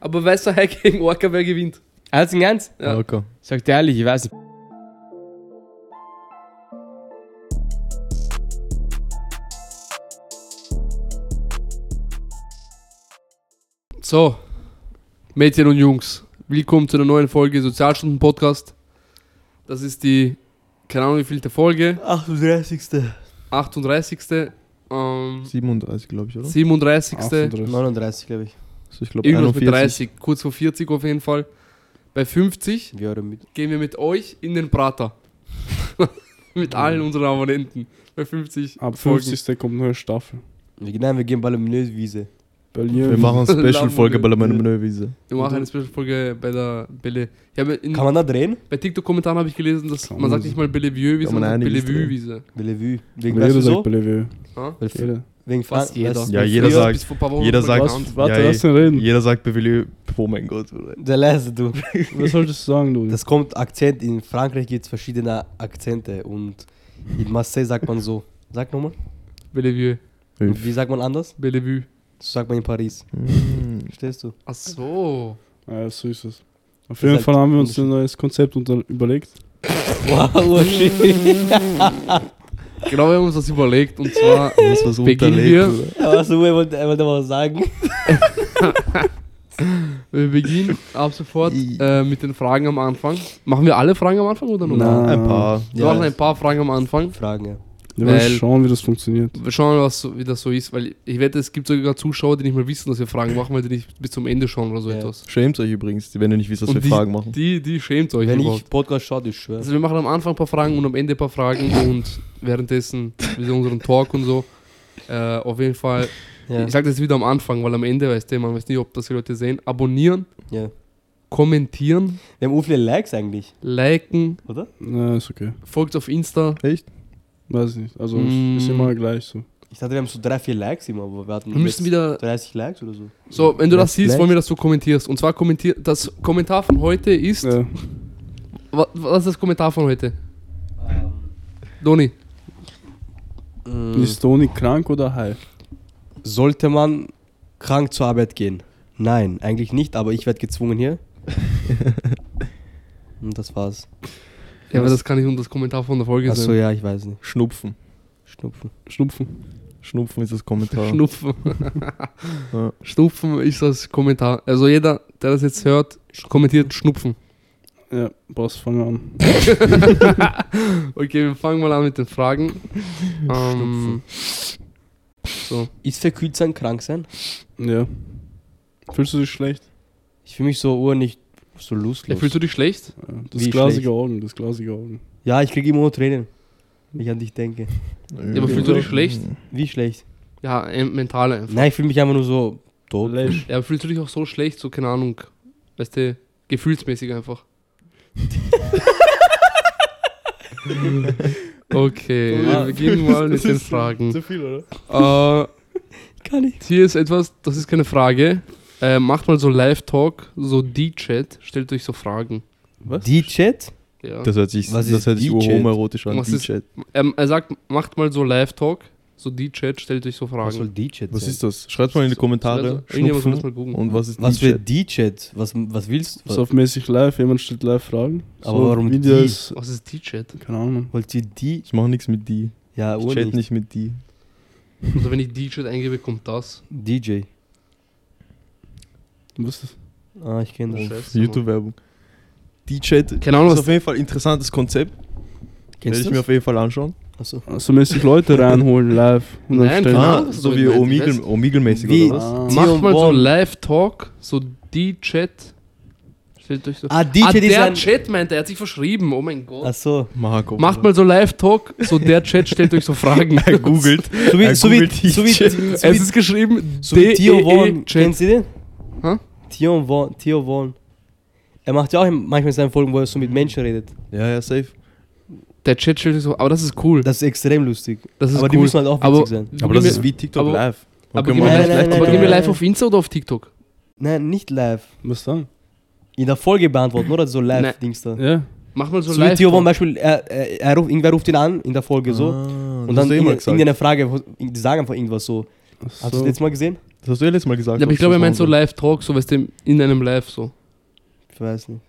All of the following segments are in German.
Aber weißer Hai gegen Orca, wer gewinnt? Also im Ernst? Ja. Okay. Sagt ehrlich, ich weiß nicht. So, Mädchen und Jungs, willkommen zu einer neuen Folge Sozialstunden Podcast. Das ist die, keine Ahnung, wievielte Folge, 38. 38. Ähm, 37, glaube Hm. ich, oder? 37. 39, glaube ich. Also ich glaube Irgendwas mit 41. 30, kurz vor 40 auf jeden Fall. Bei 50 Ja, oder mit. gehen wir mit euch in den Prater. mit allen unseren Abonnenten. Bei 50 Ab Folgen. 50. kommt eine neue Staffel. Wir- Nein, wir gehen um Ballonöswiese. Berlin. Wir machen eine Special-Folge bei der Lamoureux. Menöwiese. Wir machen eine Special-Folge bei der Belle. Ich habe in, Kann man da drehen? bei TikTok-Kommentaren habe ich gelesen, dass Kann man sagt man nicht mal Bellevue-Wiese, Kann man sondern einiges Bellevue-Wiese. Bellevue. Wegen weißt Jeder du so? sagt Bellevue. Weil f- Jeder. Wegen Fast Fran- jeder. weißt du, Ja, wie jeder früher- sagt- Bis vor ein paar Wochen jeder voll sagt- gekannt. Warte, Ja, lass ihn Hm. reden. Jeder sagt Beville, oh mein Gott. Bruder. Der leise, du. Was solltest du sagen, du? Das kommt Akzent. In Frankreich gibt es verschiedene Akzente. Und in Marseille sagt man so. Sag nochmal. Bellevue, Und wie sagt man anders? Bellevue. So sagt man in Paris. Hm. Mm. Verstehst du? Ach so. Ah, Ja, so ist es. Auf Ist jeden halt Fall haben wir uns unschön. ein neues Konzept unter überlegt. Wow, Uschi. Genau, wir haben uns das überlegt. Und zwar Muss was Beginnen unterlegt, wir? Bruder. Aber so, er wollte, er wollte mal was sagen. Wir beginnen ab sofort äh, mit den Fragen am Anfang. Machen wir alle Fragen am Anfang oder nur? Nein. Ein paar. Ah. Wir machen ein paar Fragen am Anfang. Fragen, ja. Wir wollen Weil- schauen, wie das funktioniert. Wir schauen mal, was, so- wie das so ist, weil ich wette, es gibt sogar Zuschauer, die nicht mal wissen, dass wir Fragen machen, weil die nicht bis zum Ende schauen oder so Ja. etwas. Schämt euch übrigens, wenn ihr nicht wisst, was Und wir Fragen machen. Die, die schämt euch Wenn überhaupt. ich Podcast schaue, ich schwöre. Also wir machen am Anfang ein paar Fragen und am Ende ein paar Fragen und währenddessen wieder unseren Talk und so. Äh, auf jeden Fall, Ja, ich sage das wieder am Anfang, weil am Ende, weißt du, man weiß nicht, ob das die Leute sehen. Abonnieren, ja. kommentieren, Wir haben auch viele Likes eigentlich, liken, oder? Na, ist okay. folgt auf Insta. Echt? Weiß nicht. Also, Mm. ist immer gleich so. Ich dachte, wir haben so drei, vier Likes immer, aber wir hatten Wir müssen jetzt wieder 30 Likes oder so. So, wenn du das Vielleicht- siehst, wollen wir, dass du kommentierst. Und zwar kommentier das Kommentar von heute ist. Ja. Wa- Was ist das Kommentar von heute? Doni. Ist Toni krank oder high? Sollte man krank zur Arbeit gehen? Nein, eigentlich nicht, aber ich werde gezwungen hier. Und das war's. Ja, aber das kann nicht unter das Kommentar von der Folge Achso, sein. ja, ich weiß nicht. Schnupfen. Schnupfen. Schnupfen. Schnupfen ist das Kommentar. Schnupfen. Ja. Schnupfen ist das Kommentar. Also jeder, der das jetzt hört, kommentiert Schnupfen. Ja, Boss, fangen wir an. Okay, wir fangen mal an mit den Fragen. Ähm, so. Ist verkühlt sein krank sein? Ja. Fühlst du dich schlecht? Ich fühle mich so ur nicht so Ja, lustlos. fühlst du dich schlecht? Ja. Das Wie schlecht? glasige Augen, das glasige Augen. ja, ich kriege immer nur Tränen, wenn ich an dich denke. Ja, aber fühlst du dich schlecht? Wie schlecht? Ja, ein- mental einfach. Nein, ich fühle mich einfach nur so tot. Läsch. Ja, aber fühlst du dich auch so schlecht, so keine Ahnung. Weißt du, gefühlsmäßig einfach. okay, wir beginnen mal mit den Fragen. Zu viel, oder? Äh, Kann ich. hier ist etwas, das ist keine Frage. Äh, macht mal so Live-Talk, so D-Chat, stellt euch so Fragen. Was? Die Chat? Ja. Das hört sich, Was das ist hört sich die Chat? urhomoerotisch an. Was die ist- Chat. Ähm, er sagt, macht mal so Live-Talk, so D-Chat, stellt euch so Was soll Fragen. die Chat Was sein? ist das? Schreibt mal in die Kommentare. Also, irgendjemand soll das Schnupfen. mal googeln. Und was ist Was die für Chat? die Chat? Was, was willst du? Ist auf mäßig live, jemand stellt live Fragen. Aber warum wie die? das- Was ist D-Chat? Keine Ahnung. Wollt ihr die? Ich mache nichts mit die. Ja, Ich ur chat nicht. nicht mit die. Also wenn ich D-Chat eingebe, kommt das. DJ. Was ist Ah, ich kenne das. Scheiße, Mann. YouTube-Werbung. Die Chat Keine Ahnung, ist was auf jeden Fall ein interessantes Konzept. Werde Kennst ich du mir das? auf jeden Fall anschauen. Achso. das? Also mäßig Leute reinholen live. Und dann Nein, stellen. klar. Ah, was so du wie meinst, Omegle- weißt- Omegle-mäßig Wie- oder was? Ah. Macht Tion mal so Born. Live-Talk, so D-Chat. Stellt euch so. Ah, DJ ah, ist der ein... Chat meint, er hat sich verschrieben. Oh mein Gott. Achso. Marco. Macht mal so Live-Talk, so der Chat stellt euch so Fragen. Er googelt. So wie, Er so wie, googelt die so wie, Chat. so es wie, ist geschrieben, E so wie Tio Vaughn. D-E-E-Chat. Kennst du den? Hä? Tio Vaughn. Tio Vaughn. Er macht ja auch manchmal seine Folgen, wo er so mit Menschen redet. Ja, ja, safe. Der Chat stellt euch so, aber das ist cool. Das ist extrem lustig. Das ist aber cool. die müssen halt auch witzig aber, sein. Aber das gib ist mir- wie TikTok aber- live. Man aber kann gib mal mir- Nein, live- live nein, Aber TikTok gehen wir machen. nein. live auf Insta oder auf TikTok? Nein, nicht live. Was dann? In der Folge beantworten, oder? So Live-Dings da. Ja. Mach mal so, So, wie live. Tio Vaughn, Beispiel, er, er, er ruft, irgendwer ruft ihn an in der Folge so. Ah, Und das dann hast du eh mal irgendeine gesagt. irgendeine Frage, die sagen einfach irgendwas so. Hast du So. das jetzt mal gesehen? Das Das hast du ja letztes Mal gesagt. Ja, aber ich glaube, er meint so leid. Live-Talk, so weißt du, in einem Live so. Ich weiß nicht.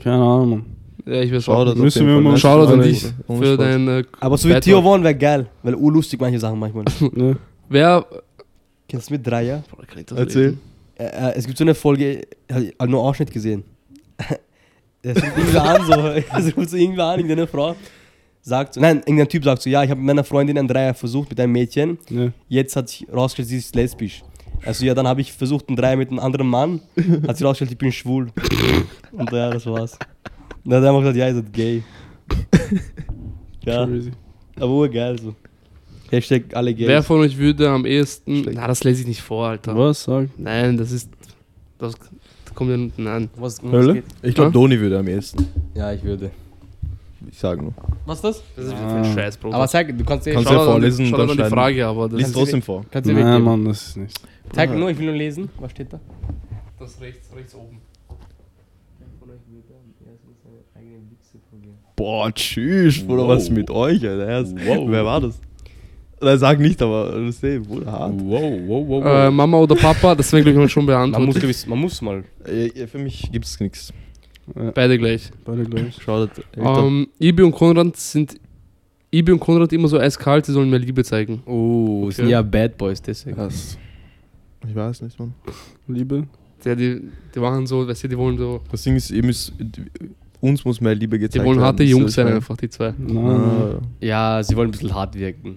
Keine Ahnung, Mann. Ja, ich weiß Shoutout schon. auf Müssen jeden wir Fall. mal- Letztes Shoutout an Mal dich wurde- ohne Für Spaß. dein, äh, Aber so wie Bad Tio Talk. One wäre geil, weil urlustig manche Sachen manchmal. Ja. wer. Kennst du mit Dreier? Boah, kann ich das Erzähl. lesen? Äh, äh, es gibt so eine Folge, hab ich nur Ausschnitt gesehen. Das ruft irgendwer an, so. Das ruft so irgendwer an, irgendeine Frau sagt so, nein, irgendein Typ sagt so, ja, ich habe mit meiner Freundin einen Dreier versucht mit einem Mädchen. Ja. Jetzt hat sich rausgestellt, sie ist lesbisch. Also ja, dann habe ich versucht, einen Dreier mit einem anderen Mann. Hat sich rausgestellt, ich bin schwul. Und ja, das war's. Und dann hat er einfach gesagt, ja, ihr seid gay. Ja, Crazy. aber urgeil so. Hashtag alle gay. Wer von euch würde am ehesten. Schlecht. Na, das lese ich nicht vor, Alter. Was? Sag. Nein, das ist. Das kommt ja unten an. was, was Hölle? geht? Ich glaube, Ja? Doni würde am ehesten. Ja, ich würde. Ich sag nur. Was ist das? Das ist wieder für ein Ah. Scheiß, Oh, Bruder. Aber sag, du kannst eh. Kannst, Kannst- du ja Shoutout an- vorlesen und Shoutout dann an die schneiden. Frage, aber das Lies ist trotzdem vor. kannst du Nein, weggeben. Mann, das ist nichts. Zeig nur, ich will nur lesen. Was steht da? das rechts, rechts oben. Boah, tschüss, Bruder, Wow. was ist mit euch, Alter? Erst- Wow. Wer war das? Nein, sag nicht, aber du siehst, Bruder, hart. wow, wow. Äh, Mama oder Papa, das wäre, glaube ich, mal schon Man muss, beantwortet. gewiss, man muss mal. Äh, ja, Für mich gibt's nichts. Beide gleich. Beide gleich. Schaut, Ähm, Ibi und Konrad sind. Ibi und Konrad immer so eiskalt, sie sollen mehr Liebe zeigen. Oh, Okay. sind ja Bad Boys, deswegen. Was? Ich weiß nicht, Mann. Liebe. Ja, die, die machen so, weißt du, die wollen so. Das Ding ist, ihr müsst, uns muss mehr Liebe Die gezeigt wollen harte werden. Jungs Das sein, ist- einfach, die zwei. Nein, nein. Ah, Ja, sie wollen ein bisschen hart wirken.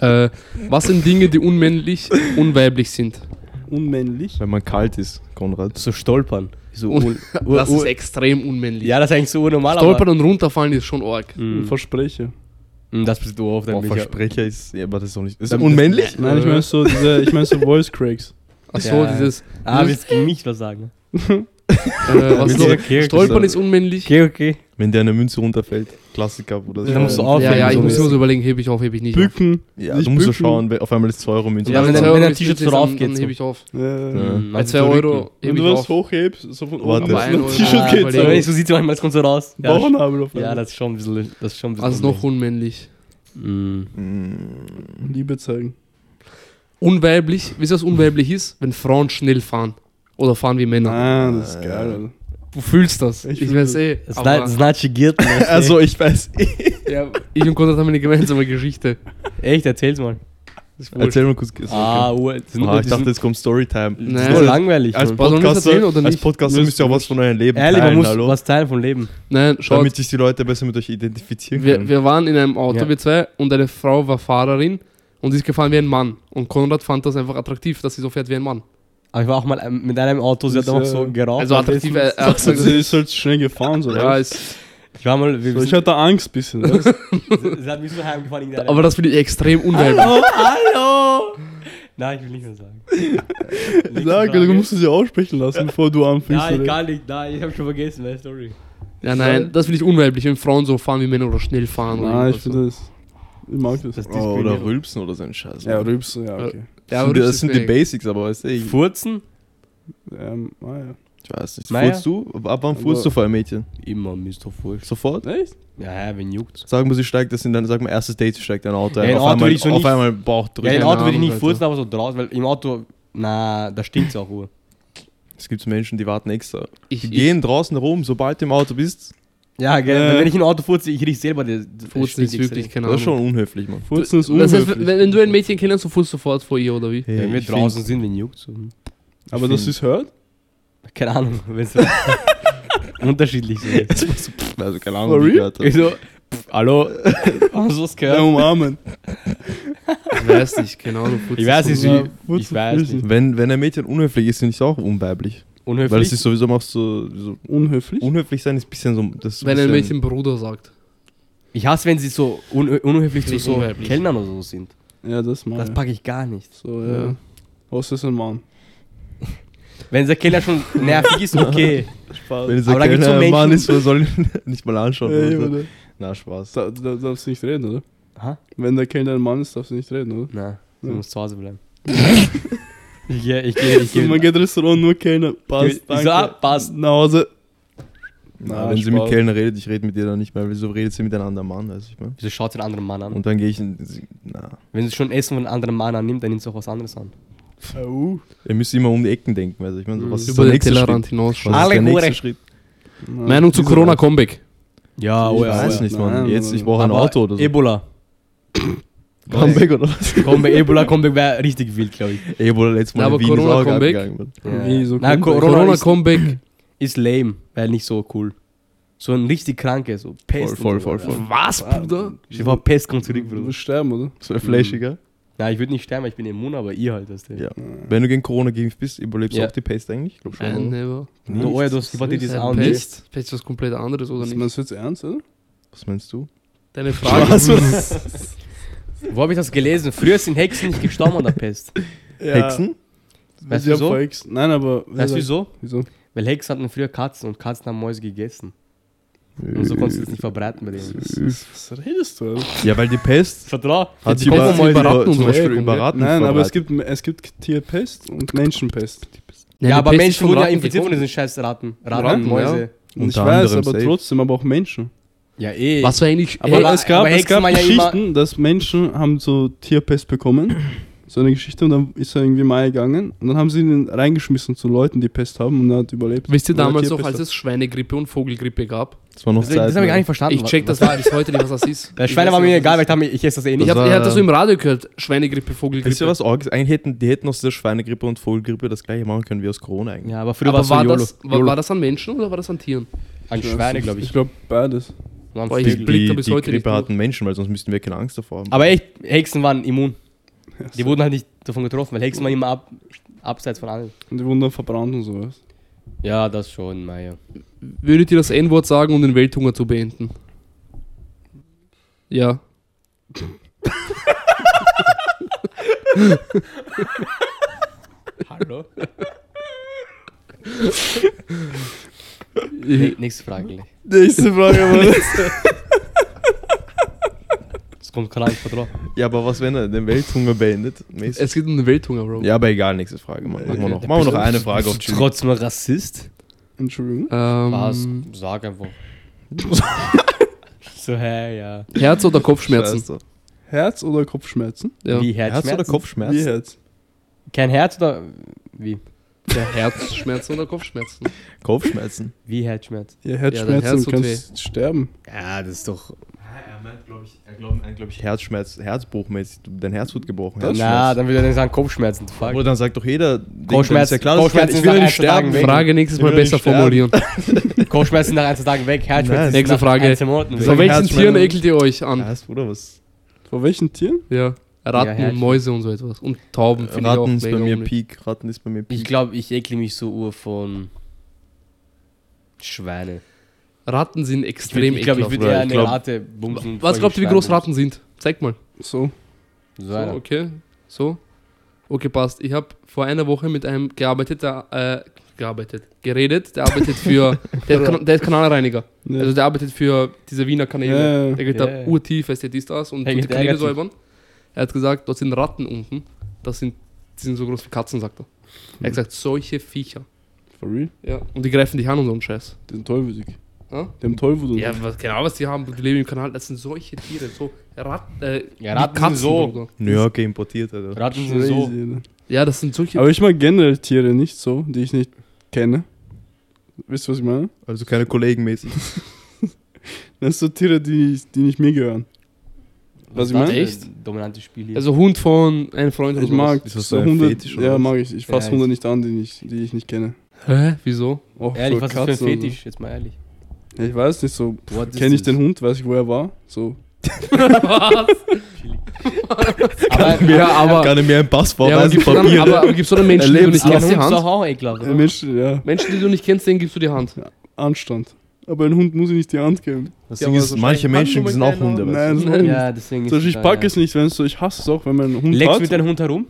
Äh, was sind Dinge, die unmännlich, unweiblich sind? Unmännlich. wenn man kalt ist, Konrad. So stolpern. So Und- un- ur- Das ist ur- extrem unmännlich. ja, das ist eigentlich so unnormal, Stolpern und runterfallen ist schon arg. aber... Hm. Mm. Verspreche. Mm, Das bist du oft Boah, ein Versprecher ist, ja, aber das ist doch nicht. Ist Dann- unmännlich? Nein, ich meine so diese, ich meine so Voice Cracks. Achso, Ja. dieses. Ah, willst du gegen mich was sagen? Äh, was Willst noch? du- okay, Stolpern okay. ist unmännlich. Okay, okay. Wenn dir eine Münze runterfällt, Klassiker, Bruder. Ja. Dann musst du Ja, aufheben, ja, ich so muss mäßig. immer so überlegen, hebe ich auf, hebe ich nicht. auf. Bücken. Ja, Nicht du musst so bücken. schauen, we- auf einmal ist 2 Euro Münze. Ja, wenn zwei dein- Euro wenn dein ist, T-Shirt so dann- raufgeht, Dann so. hebe ich auf. Äh, Ja. Mm, Bei also 2 zurück- Euro Wenn hebe du ich was auf. hochhebst, so von Warte. oben Aber bis ein zum Euro. T-Shirt Ah, geht's. überlegen. So, wenn aber. ich so sieht, manchmal es kommt so raus. Ja, Bauchnabel auf ja, einmal. das ist schon ein bisschen... Das ist schon ein bisschen Was ist noch unmännlich? unmännlich. Mm. Liebe zeigen. Unweiblich. Wisst ihr, was unweiblich ist? Wenn Frauen schnell fahren. Oder fahren wie Männer. Ah, das ist geil. Alter. Du fühlst das. Ich, Ich fühl weiß eh. Das ist aber- nicht- das ist nicht ne? schegiert. Also, ich weiß. Ja, ich und Konrad haben eine gemeinsame Geschichte. Echt, erzähl's mal. Das ist wurscht. Erzähl mal kurz. ist okay. Ah, ur- das sind- Ah, ich das sind- dachte, jetzt kommt Storytime. Nein. das Nee. ist nur langweilig. Als Mann. Boah, sollen wir das Podcaster, erzählen oder als nicht? Podcaster müsst ihr auch was von eurem Leben Ehrlich, man teilen, muss hallo? was teilen vom Leben. Nein, schaut. damit sich die Leute besser mit euch identifizieren Wir, können. wir waren in einem Auto, Ja. wir zwei, und eine Frau war Fahrerin und sie ist gefahren wie ein Mann. Und Konrad fand das einfach attraktiv, dass sie so fährt wie ein Mann. Aber ich war auch mal ähm, mit einem Auto, sie hat Das, einfach äh, so geraucht. also attraktiv, äh, äh, Also, sie ist halt schnell gefahren, so. ja, weißt ist, Ich war mal... wir- du? So, ich hatte Angst ein bisschen. weißt du? Sie sie hat mich so heimgefahren. irgendeine- aber das finde ich extrem unweiblich. Hallo, hallo! Nein, ich will nicht mehr sagen. Nächste Sag, Frage. du musst es ja aussprechen lassen, bevor du anfängst. Nein, oder? gar nicht. Nein, ich hab schon vergessen, meine Story. Ja, nein, das finde ich unweiblich, wenn Frauen so fahren wie Männer oder schnell fahren. oder Nein, Ah, ich irgendwas finde das. Ich mag das. Das ist Oh, oder diskriminierend. rülpsen oder so ein Scheiß. ja, Rübs, ja, okay. so. Ja, das aber sind, das das ist sind mir die egal. Basics, aber weißt du, ich, Furzen? Ähm, ah, ich weiß nicht. Naja. Furzt du? Ab wann furzt du vor einem Mädchen? Immer, Mr. Furz. Sofort? ja. Echt? Ja, ja, wenn juckt. Sagen wir, sie steigt das in dein, sag mal, erstes Date, sie steigt in ein Auto Ja, ein. in auf Auto einmal, will ich so auf nicht- einmal Ja, Bauch im Keine drücken. Auto würde ich Ahnung, nicht Alter. furzen, aber so draußen, weil im Auto, na, da stinkt's auch Ruhe. Es gibt Menschen, die warten extra. Ich, Die ich, gehen draußen rum, sobald du im Auto bist. Ja, gell, Äh. weil wenn ich im Auto furze, ich riech selber das das Furzen ist stinkt extrem. wirklich, keine Das Ahnung. ist schon unhöflich, Mann. Furzen ist das heißt, wenn, unhöflich. wenn du ein Mädchen kennst, du fuhrst sofort vor ihr, oder wie? Hey, Wenn wir ich draußen find's- sind, wenn juckt's. und- Aber das find- ist hört? Keine Ahnung, wenn's unterschiedlich so ist. Also, keine For Ahnung, wie real? ich gehört habe. Ich so, pff, hallo, haben Sie was Ja, gehört? umarmen. Ich weiß nicht, keine Ahnung. Furzen Ich weiß ist nicht, so- Ja, wie, ich Furzen, weiß Furzen. nicht. Wenn, wenn ein Mädchen unhöflich ist, finde ich es auch unweiblich. Unhöflich. Weil es ist sowieso machst du so. Unhöflich? Unhöflich sein ist ein bisschen so. Das ist Wenn ein bisschen- Mädchen Bruder sagt. Ich hasse, wenn sie so un unhöflich zu Finde so ich unhöflich. Kellnern oder so sind. Ja, das mag Das ich. packe ich gar nicht. So, ja. Ja. Was ist ein Mann? Wenn der Kellner schon nervig ist, okay. Spaß. Wenn es Aber da gibt's so ein Menschen- Mann ist, wir sollen ihn nicht mal anschauen. Ey, oder so. Bruder. Na, Spaß. Da, da darfst du nicht reden, oder? Ha? Wenn der Kellner ein Mann ist, darfst du nicht reden, oder? Na, du Ja. musst zu Hause bleiben. ich gehe, ich gehe, ich So, gehe. man geht Restaurant, nur Kellner. Passt, Ich so, ah, passt. Nach Hause. Na, wenn sie Spaß. mit Kellner redet, ich rede mit ihr dann nicht mehr. Wieso redet sie mit einem anderen Mann, weißt du, ich meine? Wieso schaut sie einen anderen Mann an? Und dann gehe ich in. sie- Na. Wenn sie schon Essen von einem anderen Mann annimmt, dann nimmt sie auch was anderes an. Au. Ihr müsst immer um die Ecken denken, weißt du, ich meine, so, Mhm. was ist Über der den nächste Schritt? Tellerrand hinausschauen. Was ist der Alle nächste Hure. Schritt? Na, Meinung zu diese- Corona-Comeback. Ja, Ich Ich weiß ja. nicht, Mann. Nein, Jetzt, Mann. ich brauche ein Aber Auto oder so. Ebola. Comeback oder was? Comeback, Ebola Comeback wäre richtig wild, glaube ich. Ebola letztes Mal Ja, in aber Wien ist auch Corona-Comeback. abgegangen. Mann. Wie, so Na, Comeback? Corona, ist, Corona-Comeback. ist lame, weil nicht so cool. So ein richtig krankes, so Pest. Voll, und so, voll, voll, Alter. Was, Bruder? Ich war Pest kommt zurück, Du Bruder. wirst Ah, sterben, oder? So ein fleischiger. Na, ich würde nicht sterben, weil ich bin immun, aber ihr halt das. Ja. Wenn du gegen Corona geimpft bist, überlebst du Ja. auch die Pest eigentlich? Ich glaube schon. Nein, oder? never. Du, oh ja, du hast Hepatitis A und B. Pest. Pest ist was komplett anderes, oder Das nicht? meinst du jetzt ernst, oder? Was meinst du? Deine Frage. Wo habe ich das gelesen? Früher sind Hexen nicht gestorben an der Pest. Hexen? Weißt Ja, du wieso? voll Hexen. Nein, aber. Weißt du wieso? Wieso? Weil Hexen hatten früher Katzen und Katzen haben Mäuse gegessen. Und Äh. so konntest du es nicht verbreiten bei denen. Was redest du? Alter? Ja, weil die Pest Vertrau. hat die sich über, Kongo mal über, überraten zum und Beispiel so. über Ratten Nein, aber es verbreitet. gibt, es gibt Tierpest und Menschenpest. Ja, aber die Pest Menschen von wurden ja Ratten infiziert von gekommen. diesen scheiß Ratten. Ratten, Ratten, Mäuse. Und ich Unter weiß, anderem aber safe. trotzdem, aber auch Menschen. Ja, eh. Was war eigentlich. Aber Hey, es gab, aber es Hexen gab waren ja immer- Geschichten, dass Menschen haben so Tierpest bekommen. So eine Geschichte und dann ist er irgendwie mal gegangen und dann haben sie ihn reingeschmissen zu Leuten, die Pest haben und er hat überlebt. wisst ihr Weil er damals noch, Tierpest als es Schweinegrippe und Vogelgrippe gab? Das war noch Das, das habe ich gar nicht verstanden. Ich check das Was- war bis heute nicht, was das ist. Äh, Ich Schweine weiß war nicht, mir was egal, weil das ich, hab- ich esse das ist. eh nicht. ich Das habe hab war- das so im Radio gehört. Schweinegrippe, Vogelgrippe. Wisst ihr was? Orges? Eigentlich hätten, die hätten aus der Schweinegrippe und Vogelgrippe das gleiche machen können wie aus Corona eigentlich. Ja, aber früher war Aber es so war YOLO. das, war, war das an Menschen oder war das an Tieren? An Ich weiß Schweine, nicht. glaube ich. Ich glaube beides. Nur an Boah, ich Vögel. Die, blick da die, bis die heute nicht Grippe durch. hatten Menschen, weil sonst müssten wir keine Angst davor haben. Aber echt, Hexen waren immun. Die wurden halt nicht davon getroffen, weil Hexen waren immer ab, abseits von allen. Und die wurden dann verbrannt und sowas. Ja, das schon, Meier. Würdet ihr das N-Wort sagen, um den Welthunger zu beenden? Ja. Hallo? Ich- Nächste Frage gleich. nächste Frage, Mann. Das kommt klar, ich vertraue. ja, aber was, wenn er den Welthunger beendet? Mäßig. Es geht um den Welthunger, Bro. Ja, aber egal, nächste Frage, Mann. Machen wir noch, Äh, machen wir noch eine Frage auf Tschüss. Trotzdem Rassist? Entschuldigung. Ähm, Was? Sag einfach. so, hä, ja. Herz oder Kopfschmerzen? Scheiße. Herz oder Kopfschmerzen? Ja. Wie Herz oder Herzschmerzen? Wie Kopfschmerzen? Herz? Kein Herz oder wie? Herzschmerzen oder Kopfschmerzen? Kopfschmerzen. Wie Herzschmerz? Ja, dein Herz Herzschmerzen, tut du kannst sterben. Ja, das ist doch. Er meint, glaube ich, er glaubt, glaube ich, Herzschmerz, Herzbruchmäßig. Dein Herz wird gebrochen. Na, dann will er nicht sagen Kopfschmerzen. Fuck. Oder dann sagt doch jeder, Kopfschmerzen- ja klar, dass ich Kopfschmerzen ich will ist ja nach nicht ein, zwei Tagen sterben. weg. Frage nächstes Ich will Mal nicht besser sterben. formulieren. Kopfschmerzen nach ein, zwei Tagen weg, Herzschmerzen Nein. Nächste Frage. ein, zwei Monaten Von weg. Sag- welchen Herzschmerzen. Tieren ekelt ihr euch an? Was, Bruder, was? Vor welchen Tieren? Ja. Ratten Herzschmerzen. und Mäuse und so etwas. Und Tauben finde ich auch Ratten ist bei mega mir unnötig. Peak. Ratten ist bei mir Peak. Ich glaube, ich ekle mich so ur von Schweine. Ratten sind Ich würde, extrem ich glaube, ich ekelhaft. würde eher Ich eine glaub- Rate bumsen. Was glaubt ihr, wie groß Ratten sind? Zeig mal. So. sind? So, So, einer. okay. So. Okay, passt. Ich habe vor einer Woche mit einem gearbeitet, der, äh, gearbeitet, geredet, der arbeitet für, der, ist Kan- der ist Kanalreiniger. Ja. Also der arbeitet für diese Wiener Kanäle. Ja, ja. Der geht Ja, da ja. urtief, weißt du, dies, das und tut Er die geht Kanäle ärgerlich. säubern. Er hat gesagt, dort sind Ratten unten, das sind, die sind so groß wie Katzen, sagt er. Er hat gesagt, solche Viecher. For real? Ja. Und die greifen dich an und so einen Scheiß. Die sind tollwütig. Ja? Die haben tollwütig. Ja, was, genau, was die haben, die leben im Kanal, das sind solche Tiere, so Ratten, äh, Ja, wie Ratten sind Katzen, so. Bruder. Naja, okay, importiert, Alter. Ratten sind so. Crazy, Alter. Ja, das sind solche Aber ich mag generell Tiere nicht so, die ich nicht kenne. Wisst ihr, was ich meine? Also keine Kollegen mäßig. Das sind so Tiere, die, die nicht mir gehören. Was ich Das meine? ist Echt? ein Dominantes Spiel hier. Also Hund von einem Freund oder Ich mag Ist das so so ein Hunde. Fetisch oder ja, was? mag ich. Ich fasse Ja, Hunde nicht an, die ich, die ich nicht kenne. Oh, Hä? Wieso? Auch ehrlich, so was ist das für Katzen ein und so. Fetisch? Jetzt mal ehrlich. Ja, Ich weiß nicht so. What is Kenne ich this? den Hund? Weiß ich, wo er war? So. Was? Aber, Ja, aber, Gar nicht mehr im Pass Ah. ja, aber, vorweisen, gibt's dann, Papier. aber, aber gibt's dann Menschen, die du nicht aber kennst, Hund die ist doch Hand? auch ekelhaft. Ein oder? Äh, Mensch, ja. Menschen, die du nicht kennst, denen gibst du die Hand. Anstand. Aber ein Hund muss ich nicht die Hand geben. Das Ja, Ding aber ist, so manche streng- Menschen Kannst du sind mit auch Hunde, einer- weißt Nein, du. nein. Ja, deswegen So, Also ich das pack da, es nicht, wenn es so. Ich hasse es auch, wenn mein Hund. ja. Leckst hat. du mit deinem Hund herum?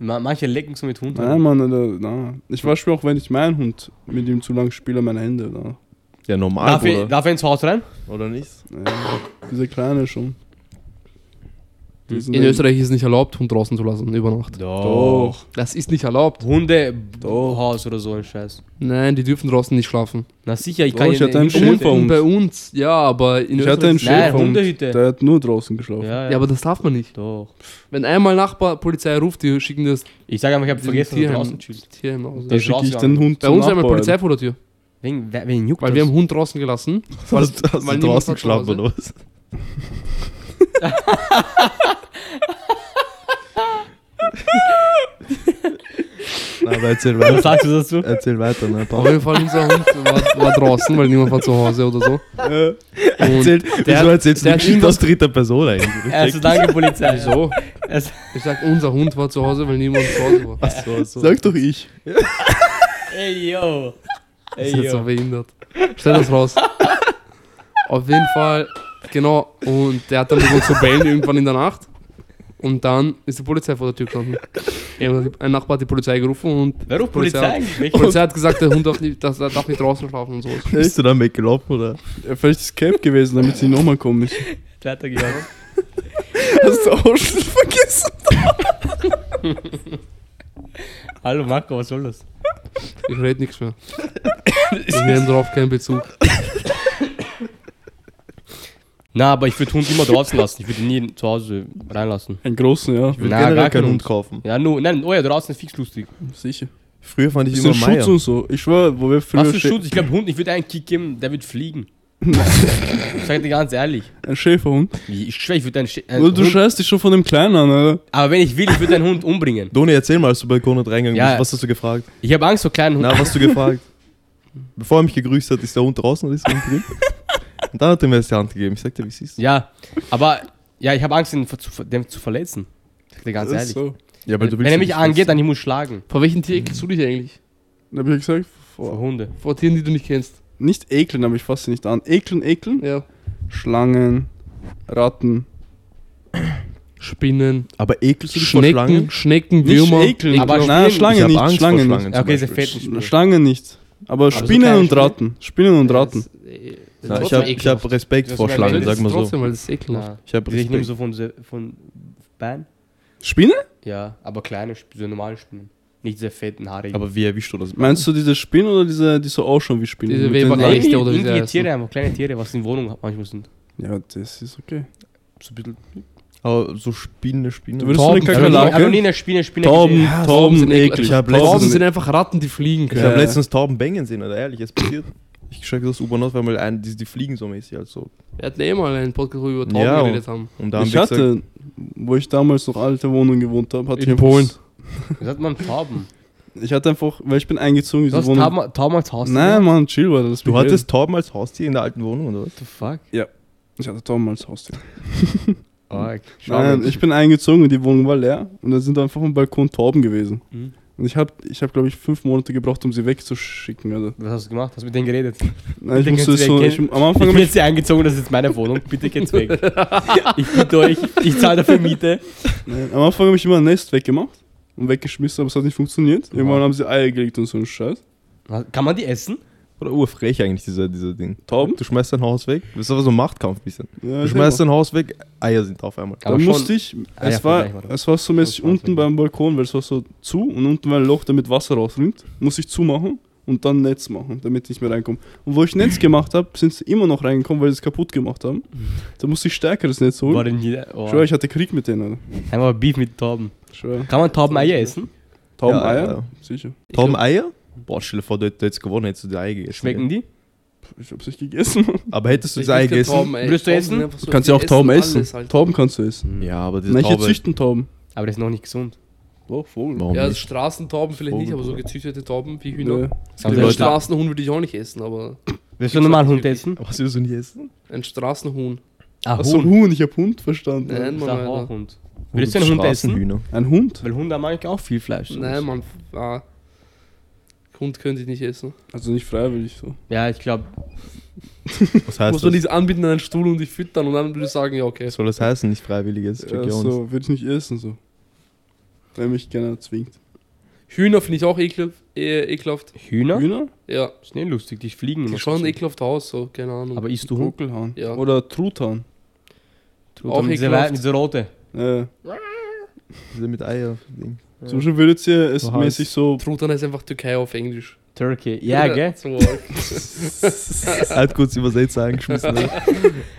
Ma- Manche lecken so mit Hund Nein, herum. Mann, Alter, na. Ich war schon auch, wenn ich meinen Hund mit ihm zu lang spiele, meine Hände. Na. Ja, normal, Darf er, Bruder. darf er ins Haus rein? Oder nicht? Ja, diese kleine schon. Die sind In dann- Österreich ist es nicht erlaubt, Hund draußen zu lassen, über Nacht. Oh. Doch. Das ist nicht erlaubt. Hunde, Haus oder so ein Scheiß. Nein, die dürfen draußen nicht schlafen. Na sicher, ich Doch, kann ich hatte einen Hütte- Schild vor uns. Bei uns, ja, aber in Ich Österreich. hatte einen ist- Nein, Schäferhund, Hundehütte. der hat nur draußen geschlafen. Ja, ja. Ja, aber das darf man nicht. Doch. Wenn einmal Nachbar Polizei ruft, die schicken das Ich sage einfach, ich habe vergessen, dass Tierheim- du draußen chillst. Tierheim aus. Da Der ist schicke ich rausgegangen. den Hund Bei zum uns einmal Nachbarn. Polizei vor der Tür, Wegen, wer- wen juckt weil das? wir haben Hund draußen gelassen. Hast, hast weil du niemand draußen war zu geschlafen Hause. oder was? Na, aber erzähl Was weiter. sagst du dazu? Erzähl weiter, ne? Auf jeden Fall unser Hund war, war draußen, weil niemand war zu Hause oder so. Und Erzähl, der- wieso erzählst du der die hat Geschichte aus dritter Person eigentlich? Erste Danke, Polizei. so, Erst- ich sag, unser Hund war zu Hause, weil niemand zu Hause war. Ach so, so. Sag doch ich. Ey, yo. Das Ey, ist jetzt so yo. behindert. Stell das raus. Auf jeden Fall, genau. Und der hat dann begonnen zu bellen irgendwann in der Nacht. Und dann ist die Polizei vor der Tür gestanden. Irgendwann hat Ein Nachbar hat die Polizei gerufen und Wer ruft Polizei Polizei eigentlich? die Welche- Polizei hat gesagt, der Hund darf nicht, das, er darf nicht draußen schlafen und so. Bist du dann weggelaufen oder? Ja, vielleicht ist Camp gewesen, damit sie nochmal kommen müssen. Weiter gegangen. Hast du auch schon vergessen? Hallo Marco, was soll das? Ich rede nichts mehr. Ich nehme darauf keinen Bezug. Na, aber ich würde Hund immer draußen lassen. Ich würde ihn nie zu Hause reinlassen. Einen großen, ja. Ich würde Na, generell gar keinen keinen Hund kaufen. Ja, nur, nein, oh ja, draußen ist fix lustig. Sicher. Früher fand ich Bisschen immer Schutz Meier. und so. Ich schwör, wo wir früher Was für Schä- Schutz? Ich glaube, Hund, ich würde einen Kick geben, der wird fliegen. ich sag dir ganz ehrlich. Ein Schäferhund. Ich schwör, ich würde einen, Sch- einen Oder du Hund, scheißt dich schon von dem Kleinen an, Alter. Aber wenn ich will, ich würde einen Hund umbringen. Doni, erzähl mal, als du bei Konrad reingegangen Ja. bist. Was hast du gefragt? Ich habe Angst vor kleinen Hunden. Na, was hast du gefragt? Bevor er mich gegrüßt hat, ist der Hund draußen oder ist der Hund drin? Und dann hat er mir erst die Hand gegeben. Ich sagte, wie siehst du? Ja, aber ja, ich habe Angst, ihn ver- zu, ver- dem zu verletzen. Ich sag dir ganz Das ehrlich. ist so. Ja, aber Wenn er ihn mich nicht angeht, dann ich muss schlagen. Vor welchen Tieren ekelst du dich eigentlich? Dann hab ich gesagt, Vor vor- Hunde. Vor Tieren, die du nicht kennst. nicht ekeln, aber ich fasse sie nicht an. Ekeln, ekeln. Ja. Schlangen, Ratten. Spinnen, Aber ekelst du dich vor Schnecken, Schlangen? Schnecken, Nicht Würmer. ekeln, Aber aber Nein, Spinnen- Schlange ich hab nicht, Angst Schlange vor Schlangen. Schlangen. Also Ja, okay, ist ein zum Beispiel. Fettenspiel. nicht. Schlangen nicht. Aber so Spinnen kleine und Spinnen? Ratten. Spinnen und Ratten. äh, Na, ich Trotzdem habe hab ekelhaft. Respekt Das vor ist Schlangen, mein sag mal so. Trotzdem, weil das ist ekelhaft. Na, Ich habe ich nehme Respekt. so von, se- von Bein. Spinnen? Ja, aber kleine, Sp- so normale Spinnen. Nicht diese fetten, haarigen. Aber wie erwischst du das? Meinst du diese Spinnen oder diese, die so ausschauen wie Spinnen? Diese Mit den Weber- Lang- Äste oder wie sie irgendwelche heißen. Tiere, einfach kleine Tiere, was in Wohnungen manchmal sind. Ja, das ist okay. So ein bisschen. Aber so Spinne, Spinne. Du würdest so eine Ich habe noch nie Kakerlake. eine Spinne, Spinne Tauben, gesehen. Ja, Tauben Tauben sind sind eklig. eklig. Ich hab Tauben Tauben letztens- sind einfach Ratten, die fliegen Ich können. Ja. habe letztens Tauben bängen sehen, oder ehrlich, es passiert. Ich schreck das U-Bahn auf, weil mal ein, die, die fliegen so mäßig, also. Wir hatten eh mal einen Podcast, wo wir über Tauben Ja, geredet haben. Und da haben ich wir gesagt, hatte, wo ich damals noch alte Wohnung gewohnt habe, hatte In ich einfach- Polen. Wie sagt man Tauben? Ich hatte einfach, weil ich bin eingezogen, Du in diese hast Wohnung. Tauben, Tauben als Haus. Nein, Mann, chill war das. du Begriff. hattest Tauben als Haustier in der alten Wohnung, oder was? What the fuck? Ich hatte Tauben als Haustier. Arg. Nein, ich bin eingezogen und die Wohnung war leer und da sind einfach am Balkon Tauben gewesen. Mhm. Und ich habe, ich hab, glaube ich, fünf Monate gebraucht, um sie wegzuschicken. Oder? Was hast du gemacht? Hast du mit denen geredet? Nein, ich Den musste kannst du so, ich, erkennen. am Ich bin Anfang hab ich, jetzt hier eingezogen, das ist jetzt meine Wohnung. Bitte geht's weg. Ich bitte euch, ich zahle dafür Miete. nein, am Anfang habe ich immer ein Nest weggemacht und weggeschmissen, aber es hat nicht funktioniert. Irgendwann Wow. haben sie Eier gelegt und so einen Scheiß. Kann man die essen? Oder urfrech eigentlich, dieser, dieser Ding. Tauben? Du schmeißt dein Haus weg, das ist aber so ein Machtkampf ein bisschen. Ja, Du schmeißt dein Haus weg, Eier sind auf einmal. Da musste ich, Ah, ja, es, war, vielleicht war das- es war so mäßig das war's unten wirklich. beim Balkon, weil es war so zu und unten war ein Loch, damit Wasser rausrinnt. Muss ich zumachen und dann Netz machen, damit die nicht mehr reinkommen. Und wo ich Netz gemacht habe, sind sie immer noch reingekommen, weil sie es kaputt gemacht haben. Da musste ich stärkeres Netz War holen. denn jeder? Oh. Ich schwör, ich hatte Krieg mit denen. Alter. Einmal Beef mit Tauben. Ich schwör. Kann man Taubeneier essen? Taubeneier? Ja, ja. Sicher. Tauben Eier? Boah, stell dir vor, du hättest jetzt gewonnen, hättest du die Eier gegessen. Schmecken die? Ich hab's nicht gegessen. Aber hättest du Ich das Ei lieb keine gegessen? Tauben, ey. Würdest du Tauben essen? sind einfach so- Du kannst ja auch die Tauben essen. alles, Alter. Tauben kannst du essen. Ja, aber diese Manche Taube... züchten Tauben. Aber das ist noch nicht gesund. Oh, Vogel. Warum Ja, nicht? Straßentauben vielleicht nicht, aber so gezüchtete Tauben wie Hühner. Nee. Aber Ein Leute- Straßenhuhn würde ich auch nicht essen, aber Willst du einen normalen Hund essen? Was willst du nie essen? ein Straßenhuhn. Ah, Ach so, ein Huhn, ich hab Hund verstanden. Nein, Ich Mann, sag Alter. auch Hund. Würdest du einen Hund essen? Straßenhühner. Ein Hund? Weil Hunde haben eigentlich auch viel Fleisch. Nein, man. Ah. Hund könnte ich nicht essen. Also nicht freiwillig so. Ja, ich glaube, Was Muss heißt man das? dich anbieten an einen Stuhl und dich füttern und dann würde ich sagen, ja, okay. Was soll das heißen, nicht freiwilliges? Check Ja, ja, uns. Äh, so, würde ich nicht essen so. Wenn mich keiner zwingt. Hühner finde ich auch ekel, eh, ekelhaft. Hühner? Hühner? Ja, Ist nicht lustig, die fliegen die immer schauen eh so. ekelhaft aus, so, keine Ahnung. Aber isst du Hund? Dunkelhahn. Ja. Oder Truthahn. Auch Auch diese, ekelhaft. Wei- diese rote. Äh, Diese mit Eier. Ding. zum Beispiel würdet ihr es So heißt- mäßig so. Truthahn heißt einfach Türkei auf Englisch. Turkey. Ja, gell? So, Halt kurz übersetzt eingeschmissen. Ne?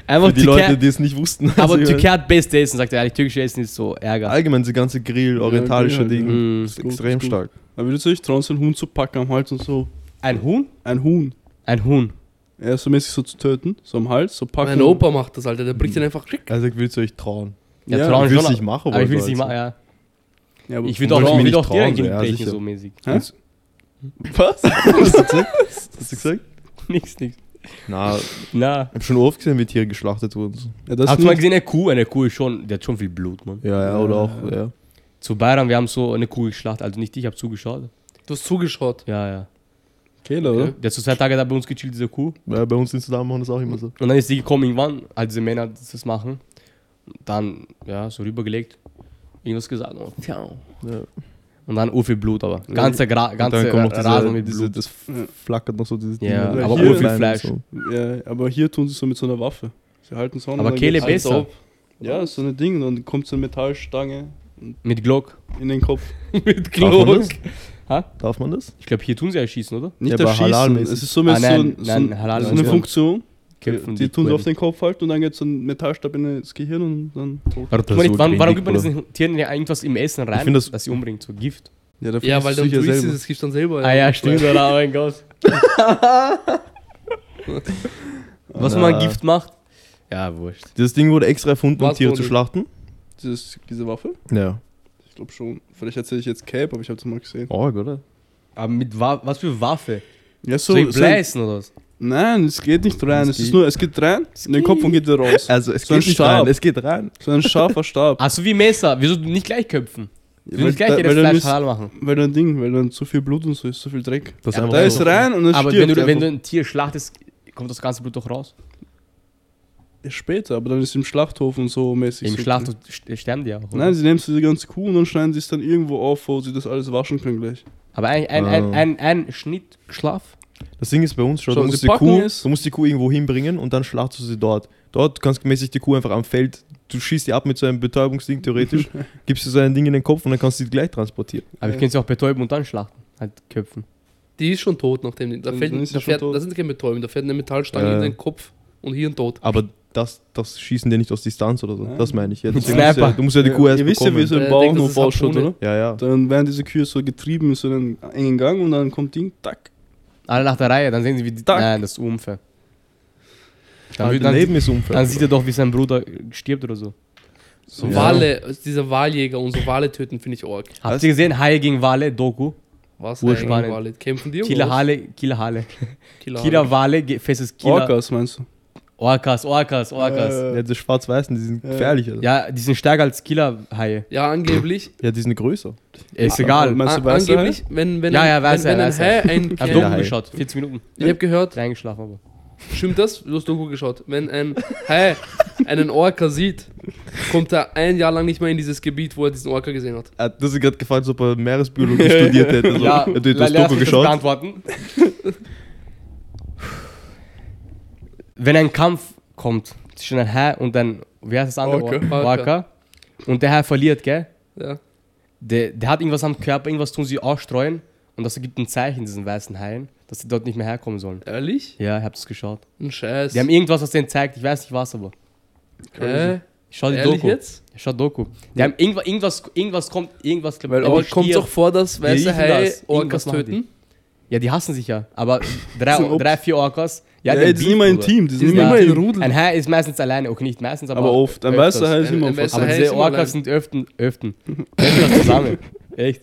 Einfach Für die Leute, die es nicht wussten. Aber Also, Türkei hat best Essen, sagt er ehrlich. Türkische Essen ist so Ärger. Allgemein, diese ganze Grill, orientalische Ja, Grill halt, Dinge. Mm. Hm, Ist Ist gut, extrem ist gut. stark. Aber würdet ihr euch trauen, so einen Hund zu packen am Hals und so. Ein Huhn? Ein Huhn. Ein Huhn. Ja, so mäßig so zu töten. So am Hals, so packen. mein Opa macht das, Alter. Der bricht den einfach schick. Also, ich würde es euch trauen. Ja, Ja, trauen ich würde es schon, nicht machen, Aber ich will es also- nicht machen, ja. Ja, aber- Ich würde auch, Wollte ich ich mir würd nicht auch dir ein trauen, Kind ja, brechen, sicher. so mäßig. Hä? Was? Hast du gesagt? Hast du gesagt? nix, nix. Na, Na. ich habe schon oft gesehen, wie Tiere geschlachtet wurden. Ja, das Hast du nur- mal gesehen, eine Kuh? Eine Kuh ist schon, die hat schon viel Blut, Mann. Ja, ja, oder auch, ja. Zu Bayern, wir haben so eine Kuh geschlachtet. Also nicht ich, ich habe zugeschaut. Du hast zugeschaut. Ja, ja. Kehler, oder? Ja. Der hat so zwei Tage da bei uns gechillt, diese Kuh. ja bei uns in Sudan machen das auch immer so. Und dann ist die gekommen irgendwann, als diese Männer das das machen. Und Dann, ja, so rübergelegt. Irgendwas gesagt. Und, tja. Ja. und dann Ufi Blut, aber. Ganze, Gra Und ganze kommt Rasen mit diese, Blut. das flackert noch so dieses Ja, aber ohne Klein und Fleisch. So. Ja, aber hier tun sie so mit so einer Waffe. Sie halten so an. und Aber dann Kehle geht's- besser. Ja, so ein Ding. Dann kommt so eine Metallstange Mit Glock. in den Kopf. mit Darf man das? Hä? Darf man das? Ich glaube, hier tun sie ja schießen, oder? Nicht Ja, aber erschießen. halal-mäßig. Es ist so, mäßig Ah, so, nein, ein- so, nein, ein- halal- so eine Ja. Funktion. Die, die tun sie auf Kurven. den Kopf halt und dann geht so ein Metallstab in das Gehirn und dann. tot. Guck mal nicht, so warum, warum windig, gibt man Bruder. diesen Tieren ja irgendwas im Essen rein, find das- dass sie umbringt? So Gift. Ja, dafür Ja, weil dann sicher tust du selber. es, gibst dann selber. Ah ja, stimmt, oder? Oh mein Gott. Was man Na. Gift macht? Ja, wurscht. Dieses Ding wurde extra erfunden, um Was, Tiere zu Toni? schlachten. Dieses, diese Waffe? Ja. Ich glaube schon. Vielleicht erzähle ich jetzt Cape, aber ich habe es mal gesehen. Org, oder? Aber mit Wa was für Waffe? Ja, So, so ein- Bleisen oder was? Nein, es geht nicht rein. Es Es ist geht. nur, es geht rein in den Kopf und geht wieder raus. Also, es So ein geht nicht Stab. rein, es geht rein. So ein scharfer Stab. Ach so, wie Messer. Wieso nicht gleich köpfen? Wieso weil, nicht gleich da, jedes weil, dann Fleisch ist, halal machen? weil dann Ding, weil dann zu viel Blut und so ist, so viel Dreck. Das Ja, einfach Da so. ist rein und es Aber wenn stirbt. du, wenn du einfach. ein Tier schlachtest, kommt das ganze Blut doch raus. Ja, später, aber dann ist im Schlachthof und so mäßig. Im so Schlachthof st- sterben die ja auch. oder? Nein, sie nehmen so die ganze Kuh und dann schneiden sie es dann irgendwo auf, wo sie das alles waschen können gleich. Aber ein, ein, Ah. ein, ein, ein Schnitt Schlaf? Das Ding ist bei uns schon, So, du, sie musst die packen Kuh, es. du musst die Kuh irgendwo hinbringen und dann schlachtest du sie dort. Dort kannst du mäßig die Kuh einfach am Feld, du schießt die ab mit so einem Betäubungsding theoretisch, gibst du so ein Ding in den Kopf und dann kannst du sie gleich transportieren. Aber ich Ja. könnte sie auch betäuben und dann schlachten. Halt köpfen. Die ist schon tot, nachdem die. Da, Dann- fällt, dann ist sie da, schon fährt, tot. da sind keine Betäubung, da fährt eine Metallstange Ja, in ja. den Kopf und Hirn tot. Aber das, das schießen die nicht aus Distanz oder so. Nein. Das meine ich. Ja, deswegen Sniper. musst du ja- Du musst ja die Kuh erst Ihr wisst ja, wie so Äh, ein ich denk, das Bauernhof ist ausschaut, Harpune. oder? Ja, ja. Dann werden diese Kühe so getrieben in so einen engen Gang und dann kommt Ding, tack. Alle nach der Reihe, dann sehen sie, wie die. Tack. Nein, das ist unfair. Ah, Dann, Dann, wird- dann, Leben ist unfair. dann sieht er doch, wie sein Bruder stirbt oder so. So Ja. Wale, also dieser Waljäger und so Wale töten finde ich arg. Habt ihr gesehen? Haie gegen Wale, Doku. Was? Urspannend. eigentlich Wale? Kämpfen die um Killer was? Hale, Killer Hale. Killer Hale. Killer Wale, ge- festes Killer. Orcas meinst du? Orcas, Orcas, Orcas. Äh, ja, diese Schwarz-Weißen, die sind Ja. gefährlich. Alter. Ja, die sind stärker als Killer-Haie. Ja, angeblich. Ja, die sind größer. Ist Ah, egal. Meinst du an- weiße angeblich, wenn, wenn, Ja, ein- ja, weiß wenn, er, wenn ein weiß Hai er. ein Hab kleines Doku Haie. geschaut, 40 Minuten. Ich habe gehört, Ist eingeschlafen, aber. stimmt das? Du hast Doku geschaut. Wenn ein Hai einen Orca sieht, kommt er ein Jahr lang nicht mehr in dieses Gebiet, wo er diesen Orca gesehen hat. Er hat- Äh, Das ist gerade gefallen, als ob er Meeresbiologie studiert hätte. also. So. Ja, du la- hast lass Doku mich das geschaut. beantworten. Wenn ein Kampf kommt zwischen einem Hai und einem, wie heißt das andere? Orca. Or- Orca. Und der Hai verliert, gell? Ja. Der, der hat irgendwas am Körper, irgendwas tun sie ausstreuen. Und das gibt ein Zeichen diesen weißen Haien, dass sie dort nicht mehr herkommen sollen. Ehrlich? Ja, ich hab's geschaut. Ein Scheiß. Die haben eh irgendwas, was denen zeigt, ich weiß nicht was, aber. Hä? Ich schau Also die Ehrlich Doku. jetzt? Ich schau Doku. Die haben irgendwas, irgendwas, irgendwas kommt, irgendwas glaub, Weil ein auch kommt Stier- doch vor, dass weiße riechen Haie das. Orcas Irgendwas machen die. töten. Ja, die hassen sich ja. Aber drei, So, ups. drei vier Orcas. Ja, die haben die sind immer im Beef, Team, die Die sind sind immer immer im im Rudel. Bruder. Ein Hai ist meistens alleine. Okay, nicht meistens, aber. Aber oft. Ein öfters. weißer Hai ist Ein- immer ein am Fuß. weißer Aber Hai ist diese immer Orcas allein. sind öften, öften, öfter zusammen. Echt.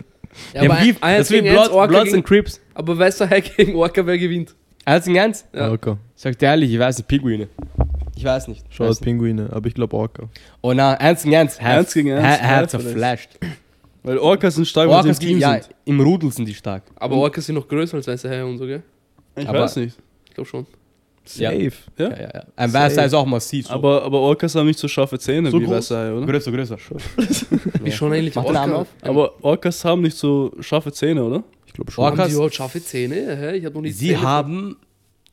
Ja, die aber haben Beef. ein- Das ist wie gegen eins, Bloods, Orca Bloods gegen, and Crips. aber weißer Hai gegen Orca, wer gewinnt? Eins und ganz? Ja. Orca. Sagt ehrlich, ich weiß nicht, Pinguine. Ich weiß nicht. Schau, weiß halt nicht. Pinguine, aber ich glaube Orca. Oh nein, eins und ganz. Hai- Eins gegen eins, Hai- Hai Hai hat zerflasht. Weil Orcas sind stark, weil Orcas, sie im Team gegen- ja, sind. im Rudel sind die stark. Aber Orcas sind noch größer als weiße Haie und so, gell? Ich aber- weiß nicht. Ich glaube schon. Ja. Ja? Ja, ja, ja. Ein weißer Hai ist auch massiv. So. Aber, aber Orcas haben nicht so scharfe Zähne So wie groß? weiße Haie, oder? größer, größer. Ist schon ähnlich Mach den Arm auf. Aber Orcas haben nicht so scharfe Zähne, oder? Ich glaube schon. Haben die Orcas, überhaupt scharfe Zähne? Hä? Ich habe noch nie sie Zähne- haben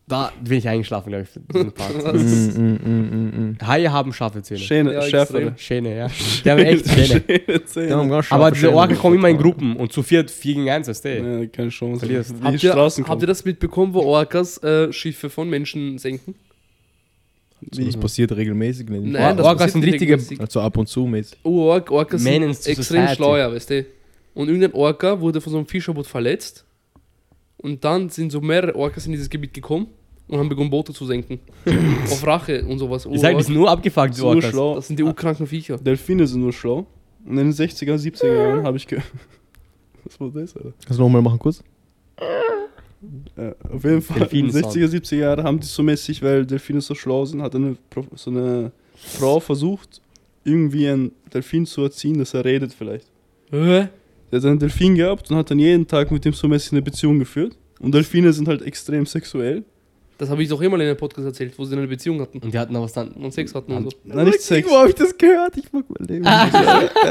Da bin ich eingeschlafen, glaube ich. für diesen Part. Mm, mm, mm, mm, mm. Haie haben scharfe Zähne. Schäne, äh, Ja, schärfere. Schäne, ja. Die haben echt Schäne. Schäne Zähne. Die haben ganz Aber scharfe diese Schäden. Orken kommen immer in Gruppen und zu viert 4 gegen 1, weißt du? ey. Ja, keine Chance. Verlierst. Die Habt ihr, Straßen habt ihr das mitbekommen, wo Orcas äh, Schiffe von Menschen senken? Mhm. So, Das passiert regelmäßig. Nicht. Nein, das Orcas passiert sind richtige- regelmäßig. Also ab und zu mäßig. Org, Orcas Man in sind society. extrem schleuer, weißt du. Und irgendein Orca wurde von so einem Fischerboot verletzt. Und dann sind so mehrere Orcas in dieses Gebiet gekommen und haben begonnen, Boote zu senken. Auf Rache und sowas. Ich sag, die Urorg- sind nur abgefuckt, die so Orcas. schlau. das sind die urkranken Viecher. Delfine sind nur schlau. Und in den 60er, 70er Jahren habe ich gehört. Was war das, Alter? Kannst du nochmal machen kurz? Ja, auf jeden Fall. In den Delfinen-Sound. 60er, 70er Jahren haben die so mäßig, weil Delfine so schlau sind, hat eine, Pro- so eine Frau versucht, irgendwie einen Delfin zu erziehen, dass er redet vielleicht. Hä? Der hat einen Delfin gehabt und hat dann jeden Tag mit dem so mäßig eine Beziehung geführt. Und Delfine sind halt extrem sexuell. Das habe ich doch immer in einem Podcast erzählt, wo sie eine Beziehung hatten Und die hatten aber was dann. und Sex hatten und so. Also, Nein, nicht Sex. Wo habe ich das gehört? Ich mag mein Leben. er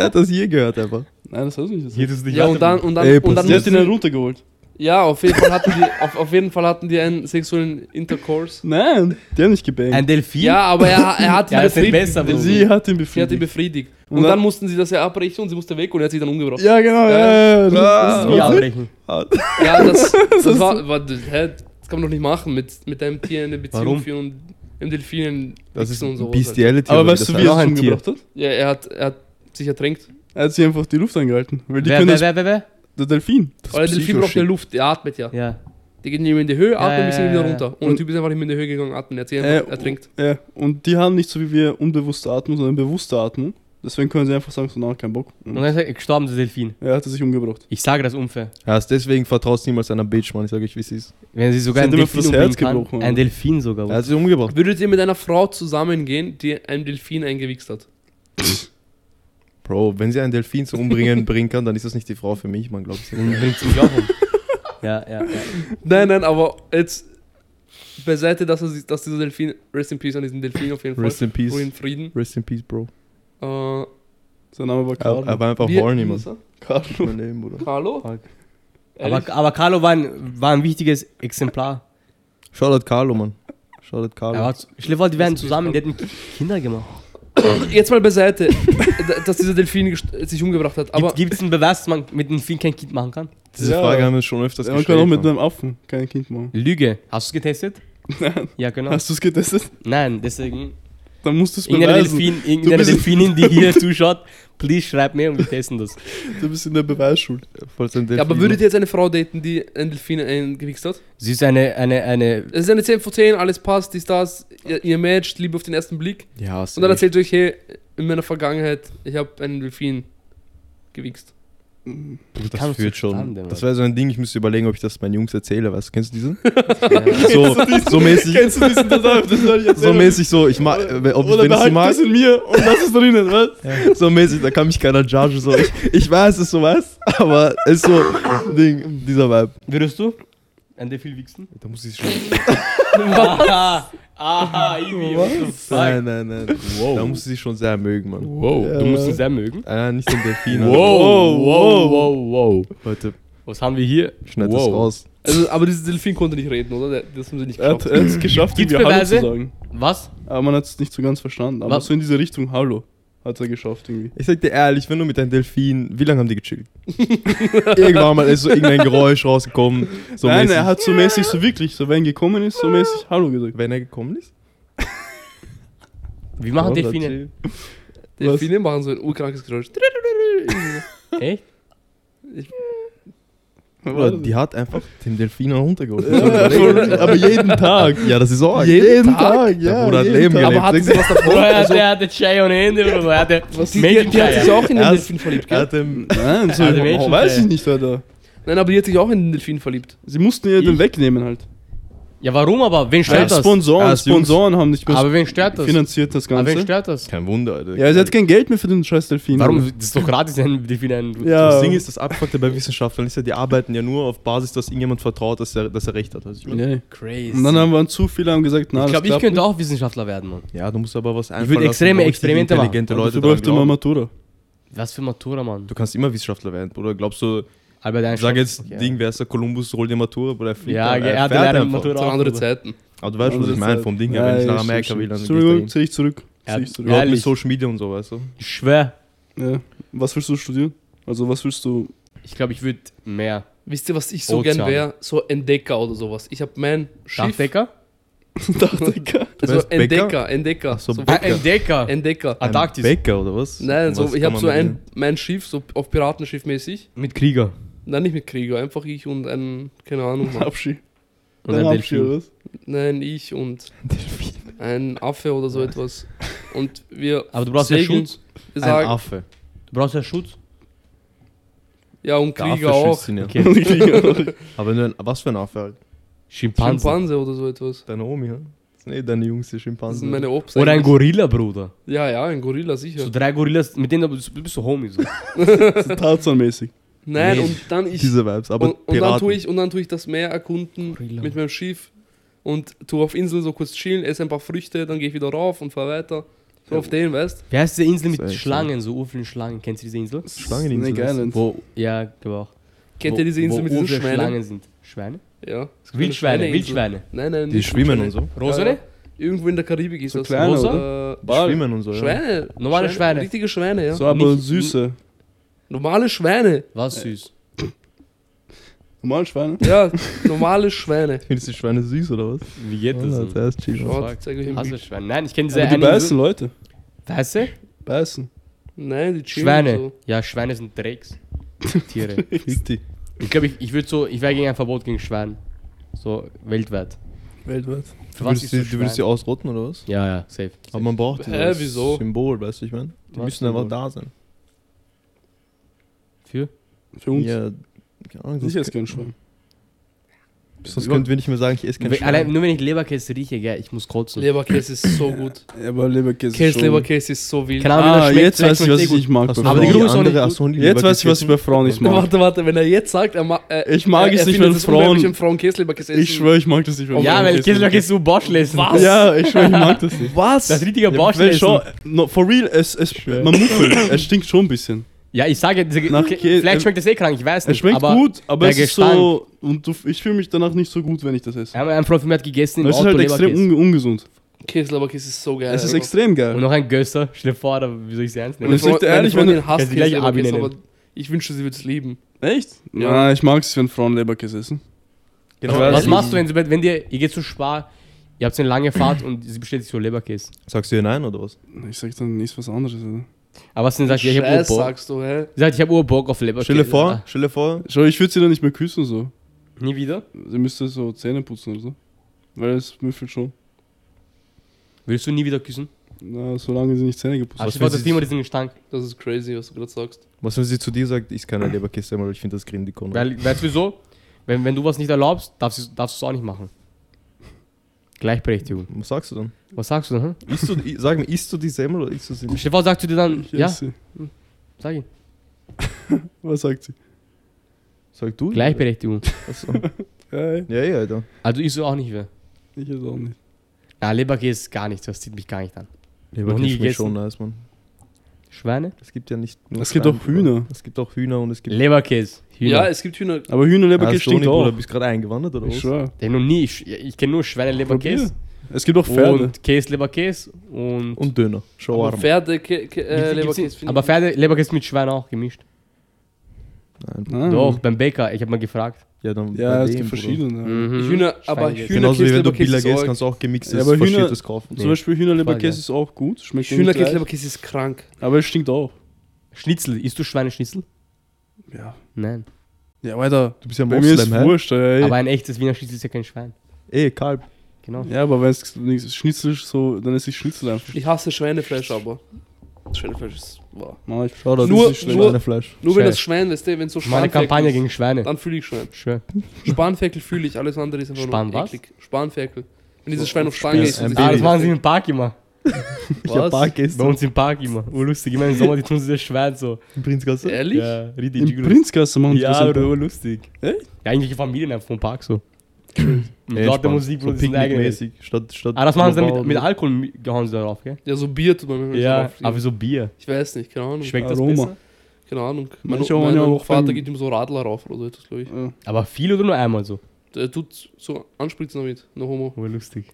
hat das hier gehört einfach. Nein, das hast du nicht gesagt. Jedes Ja, und dann, und dann, Ey, und dann Sie hat mussten, ihn dann runtergeholt. ja, auf jeden Fall hatten die, auf, auf jeden Fall hatten die einen sexuellen Intercourse. Nein, der hat nicht gebangt. Ein Delfin? Ja, aber er, er hat ihn ja das ist nicht befriedigt. besser, Bro. Sie hat ihn Er hat ihn befriedigt. befriedigt. Und Und, dann- dann, mussten sie das ja abbrechen und sie musste weg und er hat sich dann umgebracht. Ja, genau, ja, ja. ja, das- Wie das- abbrechen. Ja, das, das war, war das, hä, das kann man doch nicht machen, mit, mit deinem Tier eine Beziehung Warum? führen und im Delfinen Das wichsen ist und sowas. halt. Bestiality. Aber oder weißt du, das wie heißt? er es umgebracht hat? Ja, er hat, er hat sich ertränkt. Er hat sie einfach die Luft angehalten. Weil die Wer, können wer, das, wer, wer, wer? der Delfin. Das Weil der Delfin braucht ja Psycho-Shit. Luft, der atmet ja. Ja. Der geht nicht mehr in die Höhe, atmet Ja, ein bisschen ja, wieder ja, ja. runter. Und der Typ ist einfach nicht mehr in die Höhe gegangen, atmen. Er hat sich Äh, einfach ertränkt. Äh, Ja, und die haben nicht so wie wir unbewusste Atmung, sondern bewusste Atmung. Deswegen können sie einfach sagen, so, na, kein Bock. Und dann ist er gestorben, der Delfin. Er hat sich umgebracht. Ich sage das unfair. Ja, also deswegen vertraust du niemals einer Bitch, Mann. Ich sage euch, wie es ist. Wenn sie sogar Sie einen hat ihm auf Delfin das umbringen Herz kann. gebrochen, Ein oder? Delfin sogar. Er hat sich umgebracht. Würdet ihr mit einer Frau zusammengehen, die einen Delfin eingewichst hat? Bro, wenn sie einen Delfin zum Umbringen bringen kann, dann ist das nicht die Frau für mich, man glaubt es nicht. Bringt zum Glauben. um. ja, ja, ja. Nein, nein, aber jetzt beiseite, dass, er, sich- dass dieser Delfin, rest in peace an diesen Delfin auf jeden Fall, Rest in Ruhe in peace. Frieden. Rest in peace, Bro. Äh, Sein Name war Er, Carlo. er war einfach wie- horny, wie man. ist er? Carlo. Mein Leben, Bruder. Carlo? Fuck. Ehrlich? Aber, aber Carlo war ein, war ein wichtiges Exemplar. Shoutout Carlo, Mann. Shoutout Carlo. Er war, Schlepper, die werden zusammen, die hätten Kinder gemacht. Jetzt mal beiseite, d- dass dieser Delfin gest- sich umgebracht hat. Aber Gibt es einen Beweis, dass man mit einem Delfin kein Kind machen kann? Diese Ja. Frage haben wir schon öfters Ja, man kann gestellt. auch mit Mann. einem Affen kein Kind machen. Lüge. Hast du es getestet? Nein. Ja, genau. Hast du es getestet? Nein, deswegen. Dann musst du es Irgendeine, beweisen. Delfin, irgendeine bist- Delfinin, die hier zuschaut, please schreib mir und wir testen das. Du bist in der Beweisschuld. Falls ein Delfin. Ja, aber würdet ihr jetzt eine Frau daten, die einen Delfin eingewichst hat? Sie ist eine, eine, eine. Es ist eine 10 von 10, alles passt, dies, das, ihr, ihr matcht, Liebe auf den ersten Blick. Ja, Und dann erzählt ihr euch, hey, in meiner Vergangenheit, ich habe einen Delfin gewichst. Das Kannst du führt schon. zustande, Mann. Das wäre so ein Ding, ich müsste überlegen, ob ich das meinen Jungs erzähle, weißt du? Kennst du diesen? Ja. So, so mäßig. Kennst du diesen Verdacht? Das soll ich jetzt So mäßig so, ich mag, äh, ob, wenn Oder ich sie behalt mag, das in mir und lass es drinnen, was? so mäßig, da kann mich keiner judgen, so, ich, ich weiß, es ist so was, aber es ist so, Ding, dieser Vibe. Würdest du? Ein Delfin wichsen? Da muss ich schon Aha, aha, Ibi, what the fuck? Nein, nein, nein. Da muss sie sich schon sehr mögen, Mann. Wow, du musst ihn sehr mögen. Ah, nicht den Delfin. Wow, Alter. wow, wow, wow. Leute, Was haben wir hier? schneid das Wow. raus. Also, aber dieser Delfin konnte nicht reden, oder? Der- Das haben sie nicht Er hat geschafft. er hat es geschafft, Gibt's ihm ja Hallo Beweise? zu sagen. Was? Aber man hat es nicht so ganz verstanden. Aber Was? so in diese Richtung Hallo hat er geschafft irgendwie. Ich sag dir ehrlich, wenn du mit deinem Delfin, wie lange haben die gechillt? Irgendwann mal ist so irgendein Geräusch rausgekommen. So Nein, mäßig. er hat so mäßig, so wirklich, so wenn gekommen ist, so mäßig Hallo gesagt. Wenn er gekommen ist? Wie machen Ja, Delfine? Delfine machen so ein urkrankes Geräusch. Echt? Oder die hat einfach den Delfin runtergeholt. Ja, voll, aber jeden Tag. Ja, das ist so. arg. Jeden Tag? Tag, Der Ah, ja. Bruder hat jeden Leben Tag. gelebt. Aber hatten sie was davor? Bro, er Also, hatte, er hatte Chai und Hände, Bro. Er hatte die, die, die hat sich Chai. auch in den Erst- Delfin verliebt, Er gell? hat dem. Nein, so Also Menschen- weiß ich nicht, Alter. Nein, aber die hat sich auch in den Delfin verliebt. Sie mussten ja den Ich- wegnehmen halt. Ja, warum aber? Wen Weil stört das? Sponsoren, Ah, ist Jungs. Sponsoren haben nicht mehr Aber wen stört das? finanziert das Aber Ganze. wen stört das? Kein Wunder, Alter. ja, sie hat kein Geld mehr für den scheiß Delfin. Warum? Das ist doch gratis, ein Delfin ein. Ja. das Ding ist, das Abfuckte bei Wissenschaftlern ist ja, die arbeiten ja nur auf Basis, dass irgendjemand vertraut, dass er, dass er recht hat. Also ich mein, Nee. Crazy. Und dann haben wir zu viele haben gesagt, na, ich glaube, das ich klappt nicht. könnte auch Wissenschaftler werden, Mann. ja, du musst aber was einfallen würde lassen, extreme wo richtig Experimente machen. intelligente Aber Leute Dafür dran bräuchte man glauben. Matura. Was für Matura, Mann. Du kannst immer Wissenschaftler werden, Bruder. Glaubst du, Albert Einstein. Sag jetzt, Okay, Ding, wer ist der Columbus, rollt die Matura, aber der fliegt Ja, dann, ja, er hat fährt leider einfach. Matura Das waren andere aber- Zeiten. Aber du weißt, schon, was Also ich meine vom Ding her, wenn ich nach Amerika will, dann gehe ich Entschuldigung, dahin. zieh ich zurück. Ja, Zieh ich zurück. Überhaupt mit Ehrlich? Social Media und so, weißt du? Ich schwör. Ja. Was willst du studieren? Also was willst du? Ich glaube, ich würde mehr. Wisst ihr, was ich so Ozean. gern wäre? So Entdecker oder sowas. Ich habe mein Schiff. Dachdecker? Dachdecker? Also Weißt, Bäcker? Entdecker, Entdecker. so, so Ah, Entdecker. Entdecker. Ah, Antarktis. Bäcker oder was? Nein, Und so, was ich kann habe man so mit ein, mein Schiff, so auf Piratenschiff mäßig. Mit Krieger. Nein, nicht mit Krieger, einfach ich und ein, keine Ahnung, Mann. Abschied. Und Dein ein Abschied, Delfin. oder was? nein, ich und ein Affe oder so etwas. Und wir Aber du brauchst ja segeln, Schutz. dem- Ein sagen, Affe. Du brauchst ja Schutz. ja, und Der Affe Krieger auch, schützt ihn ja. Okay. Aber nur ein, was für ein Affe halt? Schimpanse. Schimpanse oder so etwas. Deine Omi, ne? ja? Nee, eh deine Jungs, die Das Schimpansen. ne? sind meine Ops. Oder ein eigentlich. Gorilla, Bruder. Ja, ja, ein Gorilla, sicher. So drei Gorillas, mit denen bist du bist so Homie. So. So Tarzan-mäßig. Nein, Nee. und dann ich, Diese Vibes, aber und, und dann Piraten. tue ich und dann tue ich das Meer erkunden Gorilla. mit meinem Schiff und tue auf Inseln so kurz chillen, esse ein paar Früchte, dann gehe ich wieder rauf und fahr weiter. So auf den, weißt? Wie heißt diese Insel mit Das ist echt Schlangen, so urvielen Schlangen? Kennst du diese Insel? Schlangeninsel Snake ist- Island. Wo, ja, glaube auch. Kennt Wo- ihr diese Insel wo mit diesen urviele Schweinen? Schlangen sind. Schweine? Ja. Wildschweine, Eine Schweineinsel. Wildschweine. Nein, nein. Die nicht schwimmen Schweine. und so. Rosane? Irgendwo in der Karibik ist So das. kleine, Rosa? oder? Äh, Ball. Schwimmen und so, ja. Schweine. Normale Schweine. Richtige Schweine, ja. So, aber Nicht- süße. Normale Schweine. Was süß. Normal Schweine? Ja, normale Schweine. Findest du die Schweine süß oder was? Wie geht Ja, das? zuerst chill. Schaut, zeig euch ein Hast du Bild. Schweine? Nein, ich kenne diese Aber die eine beißen Insel. Leute. Weiße? Beißen. Nein, die chillen Schweine. So. Ja, Schweine sind Drecks. Tiere. Fick die. Ich glaube, ich, ich würde so, ich wäre gegen ein Verbot gegen Schweine. So, weltweit. Weltweit. Du Für was würdest, ist die, so du würdest sie Schwein? ausrotten oder was? Ja, ja, safe. Aber man braucht Hä, dieses wieso? Symbol, weißt du, ich meine? Die Was müssen einfach Symbol? da sein. Für? Für uns. Ja, keine Ahnung. Ich Sonst, esse kein Schwein. sonst könnten wir nicht mehr sagen, ich esse kein We- Schwein. Allein, nur wenn ich Leberkäse rieche, gell, ich muss kotzen. Leberkäse ist so gut. Ja, aber Leberkäse Käse, schon- Leberkäse ist so wild. Keine Ahnung, wie das Ah, schmeckt, jetzt vielleicht weiß ich, schmeckt's was eh ich gut. nicht mag. Hast bei du Aber die Frauen. noch Gruppe ist auch andere- nicht hast du noch nie Jetzt Leberkäse weiß ich, was ich bei Frauen nicht mag. Warte, warte, wenn er jetzt sagt, er ma äh, Ich mag er, es er nicht, findet wenn es Frauen- unheimlich, wenn Frauen Käseleberkäse essen. Ich schwöre, ich mag das nicht. wenn Ja, Frauen weil Käse Käseleberkäse so Bosch lesen. machen. Ja, ich schwöre, ich mag das nicht. Was? Das ist richtiger Bosch Weil lesen. schon, no, for real, es, es, man muffelt. es stinkt schon ein bisschen. Ja, ich sage, diese, Nach Ke- Kä- ähm, vielleicht schmeckt das eh krank, ich weiß nicht. Es schmeckt aber gut, aber der es ist Gestank. so. Und du, ich fühle mich danach nicht so gut, wenn ich das esse. Ja, Ein Freund von mir hat gegessen im Weil es ist Auto halt extrem Leberkäse. unge- ungesund. Käseleberkäse ist so geil. Es ist einfach. extrem Und geil. noch ein Gösser, stell dir vor, da, wie soll ich es ernst Meine nehmen? Ich sag dir Freundin- ehrlich, meine wenn du- Freundin hasst Kannst du gleich Käseleberkäse, Abi nennen. aber ich wünschte, sie würde es lieben. Echt? Ja. Ja, Nein, ich mag es, wenn Frauen Leberkäse essen. Genau, Was Was was machst du, wenn, sie- wenn dir, ihr geht zu Spar, ihr habt so eine lange Fahrt und sie bestellt sich so Leberkäse. Sagst du ihr nein oder was? Ich sag dann nichts was anderes. Alter. Aber was denn sagt ihr, ich hab Scheiß Urbock? sagst du, hä? Sie sagt, ich hab Urbock auf Leberkäse. Ah, Stell dir vor, Alter. stell dir vor, Schau, ich würde sie dann nicht mehr küssen so. Nie wieder? Sie müsste so Zähne putzen oder so. Weil es müffelt schon. Willst du nie wieder küssen? Na, solange sie nicht Zähne geputzt Aber hat. ich wollte sie- das Thema diesen Gestank. Das ist crazy, was du gerade sagst. was wenn sie zu dir sagt, ich kann keine Leberkäse einmal, ich finde das Grindikon. Weil, weißt du wieso? Wenn, wenn du was nicht erlaubst, darfst du es darfst du's auch nicht machen. Gleichberechtigung. Was sagst du dann? Was sagst du dann? Isst du, i- sag mir, isst du die Semmel oder isst du sie Hm? nicht? Stell dir vor, sagst du dir dann, Ich ja, esse sie. sag ich. Was sagt sie? Sag du? Gleichberechtigung. Achso. Ja, ja, Ja, ja, Alter. Also isst du auch nicht mehr. ich esse auch nicht. Ja, Leberkäse ist gar nichts, das zieht mich gar nicht an. Leberkäse schmeckt gegessen. schon nice, Mann. Schweine? Es gibt ja nicht nur Es gibt Schwein, auch Hühner. aber Es gibt auch Hühner und es gibt... Leberkäse. Hühner. Ja, ich es gibt Hühner. Aber Also Hühnerleberkäse stinkt Oder auch. bist gerade eingewandert oder Ich was? schwör. hab noch nie, ich, ich kenne nur Schweine Leberkäse. Es gibt auch Pferde. Und Käse Leberkäse und. Und Döner. Aber Shawarma. Pferde, Ke Ke Wie äh, viel gibt's Leberkäse. denn? aber Pferde, Leberkäse mit Schwein auch gemischt. Nein. Ah. Doch, beim Bäcker, ich habe mal gefragt. Ja, dann Ja, bei es dem, gibt Bruder. verschiedene. Mhm. Hühner, aber Schweine- Hühner Genauso wie wenn du Billa Käseleberkäse ist gehst, auch- kannst du auch gemixtes, Ja, aber Hühner- verschiertes kaufen. Zum Beispiel Hühnerleberkäse ist auch gut. Schmeckt nicht gleich, Hühnerkäseleberkäse ist krank. Aber es stinkt auch. Schnitzel, isst du Schweineschnitzel? Ja. Nein. Ja, weiter. Du bist ja Bei mir ist Moslem, hä? wurscht. Ey. Aber ein echtes Wiener Schnitzel ist ja kein Schwein. Ey, Kalb. Genau. ja, aber wenn es nichts ist, Schnitzel ist so, dann esse ich Schnitzel einfach. Ich hasse Schweinefleisch, aber. Schnellfleisch ist. Wow. Mach ich. Schau, das Nur- ist nur- Schweinefleisch. Nur wenn Schweine. das Schwein, weißt du, wenn so Meine Spanferkel Kampagne ist, gegen Schweine. Dann fühle ich Schwein. Schwör. Spanferkel fühle ich, alles andere ist einfach Span nur was? eklig. Spanferkel. Wenn dieses Schwein auf Spange Spieß, ist, ein ist es Ah, das Baby. machen sie im Park immer. Ich hab Was? Park Bei gestern. uns im Park immer. Urlustig, immer im Sommer, die tun sie das Schwein so. Im Prinzgasse. Ehrlich? Ja, richtig. Im Prinzgasse machen die das Ja, einfach. oder urlustig. Echt? Ja, irgendwelche Familien einfach vom Park so. Mit Ey, lauter entspannt. Musik, so Bruder, die sind eigene. Welt. mäßig statt, statt Ah, das machen sie dann mit, Bauern. mit Alkohol, mi- gehauen sie darauf, gell? Ja, so Bier tut man manchmal so Ja, drauflegen. aber so Bier. Ich weiß nicht, keine Ahnung. Schmeckt das Aroma. besser? Keine Ahnung. Mein, Manche haben mein, ja mein auch Vater beim- gibt ihm so Radler rauf oder so etwas, glaube ich. Ja. Aber viel oder nur einmal so? Der tut so anspritzen damit, noch homo. Oh, lustig.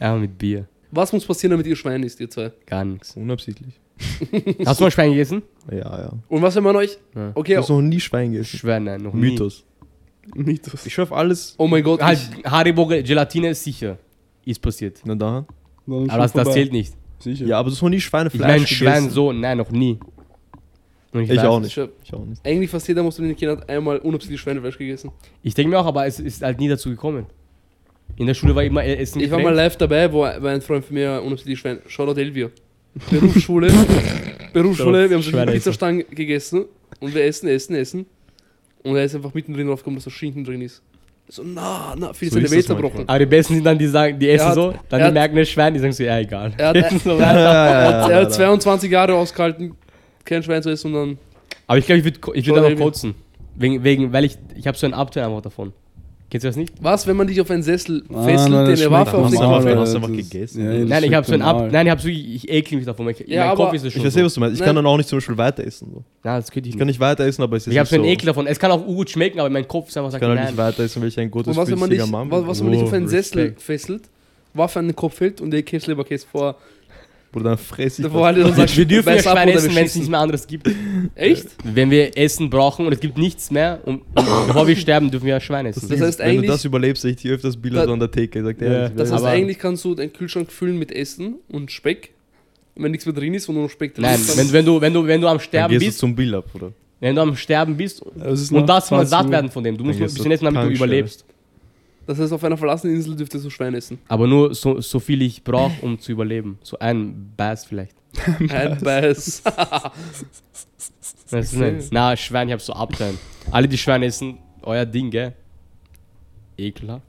Einmal mit Bier. Was muss passieren, damit ihr Schwein isst, ihr zwei? Gar nichts. Unabsichtlich. Hast du mal Schwein gegessen? Ja, ja. Und was will man euch? Ja. Okay, Du hast noch nie Schwein gegessen. Schwer, nein, noch nie. Mythos. Mythos. Ich schaffe alles. oh mein Gott. ich- Halt, Haribo Gelatine ist sicher. Ist passiert. Na da. Dann Aber ist das, schon das vorbei. zählt nicht. Sicher. Ja, aber du hast noch nie Ich Schweinefleisch meine gegessen. Schwein so, nein, noch nie. Und Ich weiß- auch nicht. ich- Ich auch nicht. Eigentlich fast jeder muss in den Kindern einmal unabsichtlich Schweinefleisch gegessen. Ich denke mir auch, aber es ist halt nie dazu gekommen. In der Schule war immer E- Essen Ich war mal getrennt. live dabei, wo ein Freund von mir unabsichtlich Schwein. Shoutout Elvio. Berufsschule. Berufsschule, wir haben so viele Schweinessen. Pizzastangen gegessen und wir essen, essen, essen. Und er ist einfach mittendrin draufgekommen, dass da Schinken drin ist. So, na, na, für So seine ist Welt das manchmal. zerbrochen. Aber die Besten sind dann, die sagen, die essen Er hat- so, dann er die hat- merken das Schwein, die sagen so, ja, egal. Er hat, er, So, Ja, ja, ja, er ja, hat 22 Jahre ausgehalten, kein Schwein zu essen und dann. Aber ich glaube, ich würde ich würd Schon einfach irgendwie. kotzen. Wegen, wegen, weil ich, ich habe so einen Abteil einfach davon. Kennst du das nicht? Was, wenn man dich auf einen Sessel Ah, fesselt, nein, das eine schmeckt Waffe auf den normal. Kopf? Alter, hast du einfach das ist- gegessen. ja, das nein, ich schmeckt habe so einen normal. Ab Nein, ich habe so, ich, ich ekel mich davon. Ich, Ja, mein Kopf aber ist das schon. Ich weiß eh, so. was du meinst. Ich Nein. kann dann auch nicht zum Beispiel weiter essen. So. Ja, das könnte ich Ich nicht. kann nicht weiter essen, aber es ist Ich habe nicht so so. einen Ekel davon. Es kann auch gut schmecken, aber mein Kopf ist einfach Ich sagt, kann nein. halt nicht weiter essen, weil ich ein Und gutes was, wenn man dich, günstiger Mann was, bin. was, wenn man dich Oh, auf einen Sessel Respekt. fesselt, Waffe an den Kopf hält und der Käse-Leberkäse vor. Bruder, dann fress ich Davor was. halt dann sagt, wir dürfen ja "Beiß ab Schwein oder wir essen, wenn es schießen." nichts mehr anderes gibt. Echt? Wenn wir Essen brauchen und es gibt nichts mehr, und, und bevor wir sterben, dürfen wir ja Schwein essen. Das heißt Wenn du eigentlich, das überlebst, sehe ich dir öfters Bilder Da- so an der Theke. Sagt, Ja, ja, ich das weiß- heißt aber- eigentlich kannst du deinen Kühlschrank füllen mit Essen und Speck. Und wenn nichts mehr drin ist und nur noch Speck drin Nein, ist, dann wenn, wenn, du, wenn, du, wenn du am dann Sterben gehst du bist, zum Bilder, Bruder. wenn du am Sterben bist Ja, das ist und nach darfst mal 20 satt Uhr. werden von dem, du musst nur Dann ein gehst du bisschen essen, damit du Tankstelle. überlebst. Das heißt, auf einer verlassenen Insel dürftest du Schwein essen. Aber nur so, so viel ich brauche, um zu überleben. So ein Bass vielleicht. Ein Beiß. Weißt du nicht? Na, Schwein, ich hab so Abteilen. Alle, die Schweine essen, euer Ding, gell? Ekelhaft.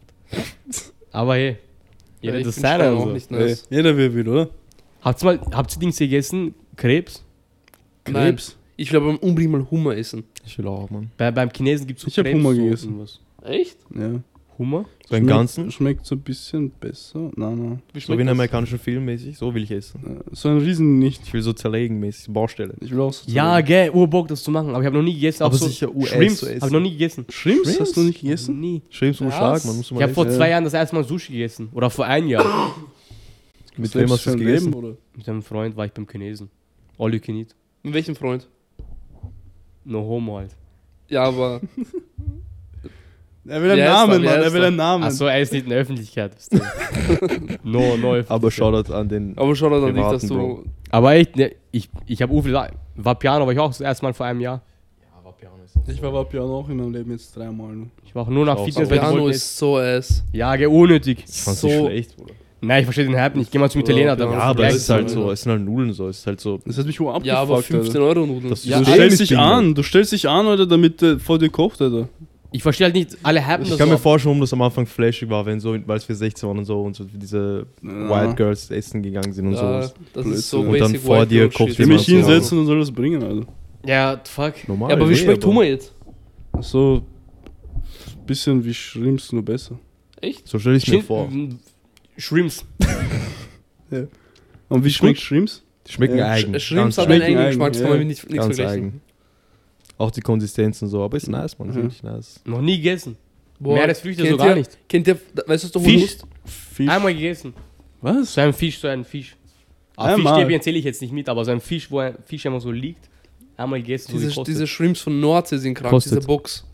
Aber hey, ihr Ja, ich werdet das bin sein Schwein also. auch nicht Ey, nice. Jeder will wieder, oder? Habt ihr mal, habt ihr Dings gegessen? Krebs? Nein. Krebs. Ich will aber unbedingt mal Hummer essen. Ich will auch, Mann. Bei, beim Chinesen gibt's so Ich hab Krebs, Hummer so gegessen. irgendwas. Echt? Ja. Hummer? So einen Schmeckt- ganzen, Schmeckt so ein bisschen besser. Nein, nein. Wie so wie in das? amerikanischen Film mäßig, so will ich essen. Äh, So ein Riesen nicht. Ich will so zerlegen mäßig, Baustelle. Ich will auch so Ja, gell, Urbock, das zu machen. Aber ich hab noch nie gegessen. Aber auch so sicher US Shrimps. zu essen. Hab ich noch nie gegessen. Shrimps? Shrimps? Hast du nicht gegessen? Nie. Schreib's um Was? Schlag, man muss Ich mal habe vor essen. zwei Jahren das erste Mal Sushi gegessen. Oder vor einem Jahr. Mit wem hast du es gegessen? oder? Mit einem Freund war ich beim Chinesen. All you can eat. Mit welchem Freund? No homo halt. Oh Ja, aber Er will einen Wer ist Namen, da? Wer Mann. Er ist will da? einen Namen. Achso, er ist nicht in der Öffentlichkeit. wisst ihr. no, no. Öffentlichkeit. Aber Shoutout an den... aber schau doch an dich, Privaten, dass du. Aber echt, ne, ich, ich habe Uwe gesagt, Vapiano war ich auch das erste Mal vor einem Jahr. Ich war bei Piano auch in meinem Leben jetzt dreimal. ne? nur. Ich war auch nur nach Schau, Fitness, weil ich Piano wollte jetzt. ist so ass. Ja, gell, unnötig. Ich fand's so- nicht schlecht, Bruder. Nein, ich verstehe den Hype nicht. Ich geh mal zum Italiener. da- Ja, Ja, aber vielleicht- es ist halt so, es sind halt Nudeln so, es ist halt so... Das hat mich wohl abgefuckt, Ja, aber 15 Alter. Euro Nudeln. Das ist Ja, Du so Alter, stellst dich Ding, an, du stellst dich an, Alter, damit der vor dir kocht, Alter. Ich verstehe halt nicht, alle hypen Ich das kann so mir ab. vorstellen, warum das am Anfang flashig war, wenn so, weil wir 16 waren und so und so diese Wild Girls essen gegangen sind und ja, sowas. das ist so Und dann basic vor White dir Girl kocht Shit. Ich will jemand mich meinst du, hinsetzen und soll das bringen, Alter. Ja, fuck. Normal. Ja, aber wie nee, schmeckt Hummer jetzt? So ein bisschen wie Shrimps, nur besser. Echt? So stelle ich mir Shin- vor. m- Shrimps. Und wie schmeckt Shrimps? Die schmecken Ja, eigen. Sch- Shrimps ganz haben einen schmecken eigenen eigen, Geschmack, das kann ja. man mit nichts nichts ganz vergleichen. eigen. Auch die Konsistenz und so, aber ist nice, man. Ist Mhm. wirklich nice. Noch nie gegessen. Boah, Meeresfrüchte kennt so gar ihr- nicht. Kennt ihr, weißt du, was du holen Fisch. musst? Fisch. Einmal gegessen. Was? So ein Fisch, so ein Fisch. Ah, Einmal. Fischstäbchen zähle ich jetzt nicht mit, aber so ein Fisch, wo ein Fisch einfach so liegt, einmal gegessen, so Diese, gekostet. diese Shrimps von Nordsee sind krank, Kostet. diese Box.